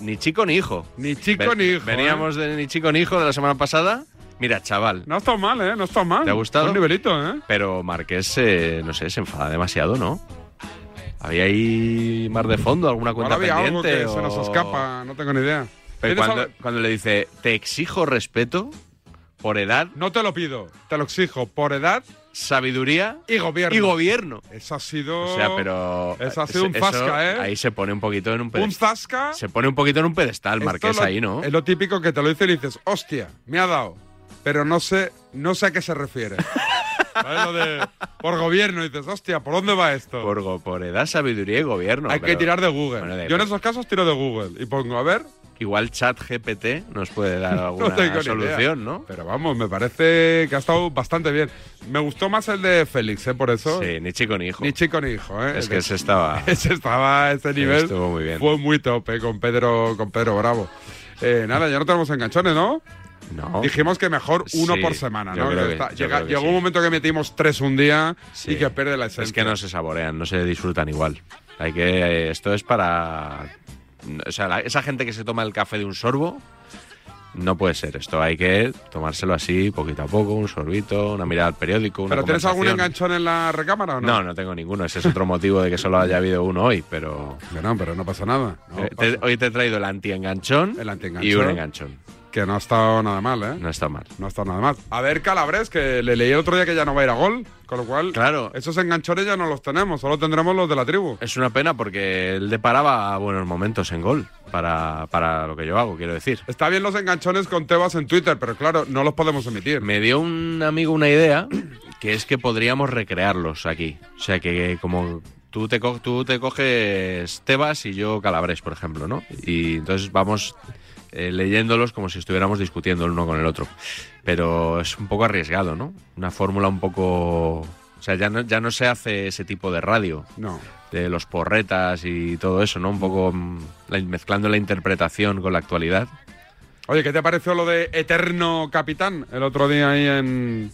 S2: Ni chico ni hijo.
S1: Ni chico ni hijo,
S2: Veníamos de Ni chico ni hijo de la semana pasada. Mira Chaval.
S1: No está mal, ¿eh? No está mal.
S2: ¿Te ha gustado?
S1: Buen nivelito, ¿eh?
S2: Pero Marqués, eh, no sé, se enfada demasiado, ¿no? Había ahí mar de fondo, alguna cuenta
S1: Ahora había algo
S2: pendiente.
S1: que se nos
S2: o-
S1: escapa, no tengo ni idea.
S2: Pero
S1: ¿Tienes
S2: cuando,
S1: algo?
S2: cuando le dice, te exijo respeto por edad.
S1: No te lo pido, te lo exijo por edad.
S2: Sabiduría
S1: y gobierno.
S2: Y gobierno.
S1: Eso ha sido.
S2: O sea, pero.
S1: Eso ha sido un
S2: eso-
S1: zasca, ¿eh?
S2: Ahí se pone un poquito en un
S1: Un
S2: pedestal.
S1: zasca.
S2: Se pone un poquito en un pedestal, Marqués,
S1: Esto lo-
S2: ahí, ¿no?
S1: Es lo típico que te lo dice y le dices, hostia, me ha dado. Pero no sé, no sé a qué se refiere. ¿Sabes lo de por gobierno? Y dices, hostia, ¿por dónde va esto?
S2: Por, go- por edad, sabiduría y gobierno.
S1: Hay que tirar de Google. Yo en esos casos tiro de Google y pongo, a ver.
S2: Igual chat GPT nos puede dar alguna
S1: no tengo ni idea.
S2: solución, ¿no?
S1: Pero vamos, me parece que ha estado bastante bien. Me gustó más el de Félix, ¿eh? Por eso.
S2: Sí, ni chico ni hijo.
S1: Ni chico ni hijo, ¿eh?
S2: Es que ese estaba-
S1: Ese estaba, ese nivel.
S2: estuvo muy bien.
S1: Fue muy tope con Pedro, con Pedro Bravo. Eh, nada, ya no tenemos enganchones, ¿no?
S2: No.
S1: Dijimos que mejor uno
S2: Sí,
S1: por semana,
S2: yo
S1: ¿no?
S2: creo que-
S1: Está-
S2: yo
S1: llega-
S2: creo que
S1: llegó
S2: sí.
S1: un momento que metimos tres un día
S2: Sí.
S1: y que pierde la esencia.
S2: Es que no se saborean, no se disfrutan igual. Hay que. eh, Esto es para. O sea, la- esa gente que se toma el café de un sorbo. No puede ser esto, hay que tomárselo así, poquito a poco, un sorbito, una mirada al periódico. Una
S1: ¿Pero tienes algún
S2: conversación.
S1: enganchón en la recámara o no?
S2: No, no tengo ninguno. Ese es otro motivo de que solo haya habido uno hoy, pero.
S1: No, pero no pasa nada.
S2: Eh, te- hoy te he traído el antienganchón
S1: El antienganchón.
S2: y un enganchón.
S1: Que no ha estado nada mal, ¿eh?
S2: No está mal.
S1: No ha estado nada mal. A ver, Calabres, que le leí el otro día que ya no va a ir a gol, con lo cual.
S2: Claro.
S1: Esos enganchones ya no los tenemos, solo tendremos los de la tribu.
S2: Es una pena porque él deparaba buenos momentos en gol para, para lo que yo hago, quiero decir.
S1: Está bien los enganchones con Tebas en Twitter, pero claro, no los podemos emitir.
S2: Me dio un amigo una idea que es que podríamos recrearlos aquí. O sea, que como tú te, co- tú te coges Tebas y yo Calabres, por ejemplo, ¿no? Y entonces vamos eh, leyéndolos como si estuviéramos discutiendo el uno con el otro. Pero es un poco arriesgado, ¿no? Una fórmula un poco... O sea, ya no, ya no se hace ese tipo de radio.
S1: No.
S2: de los porretas y todo eso, ¿no? Un poco mm, la- mezclando la interpretación con la actualidad.
S1: Oye, ¿qué te pareció lo de Eterno Capitán el otro día ahí en.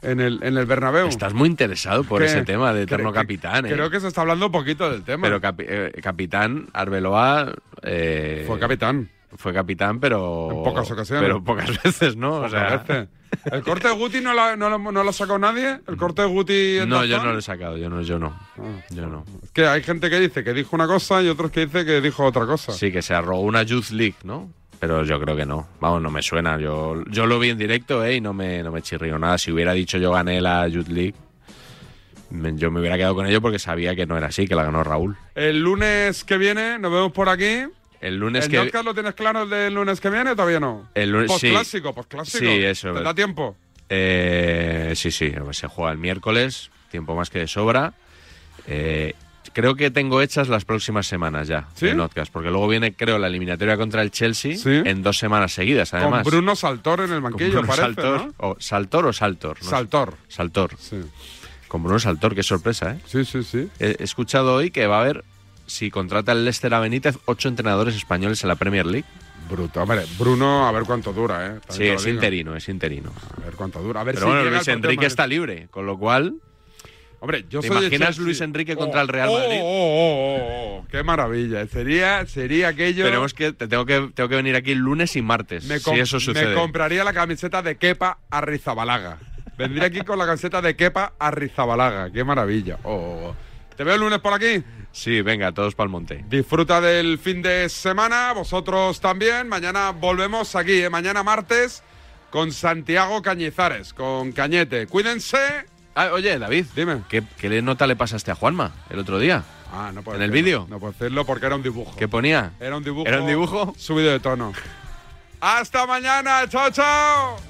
S1: En el, en el Bernabéu.
S2: Estás muy interesado por
S1: ¿Qué?
S2: ese tema de Eterno
S1: Cre-
S2: Capitán, ¿eh?
S1: Creo que se está hablando un poquito del tema.
S2: Pero capi- eh, Capitán Arbeloa... eh,
S1: Fue capitán.
S2: Fue capitán, pero...
S1: En pocas ocasiones.
S2: Pero pocas veces, ¿no? O
S1: Pocas
S2: sea,
S1: veces. ¿El corte de Guti no, la- no, lo- no lo ha sacado nadie? ¿El Ah. corte de Guti en
S2: no, yo
S1: Dazón?
S2: no lo he sacado, yo no, yo no. Yo no.
S1: Es que hay gente que dice que dijo una cosa y otros que dice que dijo otra cosa.
S2: Sí, que se arrojó una Youth League, ¿no? Pero yo creo que no. Vamos, no me suena. Yo, yo lo vi en directo, ¿eh? Y no me, no me chirrió nada. Si hubiera dicho yo gané la Youth League, me- yo me hubiera quedado con ello porque sabía que no era así, que la ganó Raúl.
S1: El lunes que viene nos vemos por aquí.
S2: El lunes
S1: ¿El
S2: que...
S1: podcast lo tienes claro el del lunes que viene o todavía no?
S2: El lunes, sí.
S1: Postclásico, postclásico.
S2: Sí, eso.
S1: ¿Te da tiempo?
S2: Eh, sí, sí, se juega el miércoles, tiempo más que de sobra. Eh, creo que tengo hechas las próximas semanas ya
S1: ¿Sí?
S2: de Notcast, porque luego viene, creo, la eliminatoria contra el Chelsea en dos semanas seguidas, además.
S1: Con Bruno Saltor en el
S2: Con
S1: banquillo,
S2: Bruno
S1: parece,
S2: Saltor,
S1: ¿no?
S2: o, ¿Saltor o Saltor? No sé.
S1: Saltor.
S2: Saltor.
S1: Sí.
S2: Con Bruno Saltor, qué sorpresa, ¿eh?
S1: Sí, sí, sí.
S2: He he escuchado hoy que va a haber, si contrata el Leicester a Benítez, ocho entrenadores españoles en la Premier League.
S1: Bruto, hombre. Bruno, a ver cuánto dura, ¿eh? También
S2: Sí,
S1: te lo
S2: es
S1: digo.
S2: interino, es interino.
S1: A ver cuánto dura. A ver
S2: Pero
S1: si
S2: bueno,
S1: llega
S2: Luis
S1: el partido
S2: Enrique
S1: de
S2: está libre, con lo cual
S1: Hombre, yo
S2: ¿Te
S1: soy de
S2: imaginas
S1: Chelsea?
S2: Luis Enrique contra el Real
S1: Oh,
S2: Madrid?
S1: oh, oh, oh, oh, qué maravilla. Sería, sería aquello.
S2: Tenemos que, te tengo que tengo que venir aquí lunes y martes,
S1: me, com-
S2: si eso
S1: me
S2: sucede.
S1: compraría la camiseta de Kepa Arrizabalaga. Vendría aquí con la camiseta de Kepa Arrizabalaga. Qué maravilla. Oh, oh, oh. ¿Te veo el lunes por aquí?
S2: Sí, venga, todos para el monte.
S1: Disfruta del fin de semana, vosotros también. Mañana volvemos aquí, ¿eh? mañana martes, con Santiago Cañizares, con Cañete. Cuídense.
S2: Ah, oye, David,
S1: dime.
S2: ¿Qué, qué le- nota le pasaste a este Juanma el otro día?
S1: Ah, no puedo
S2: ¿En el
S1: decirlo.
S2: vídeo?
S1: No puedo decirlo porque era un dibujo.
S2: ¿Qué ponía?
S1: Era un dibujo.
S2: ¿Era un dibujo?
S1: Subido de tono. Hasta mañana, chao, chao.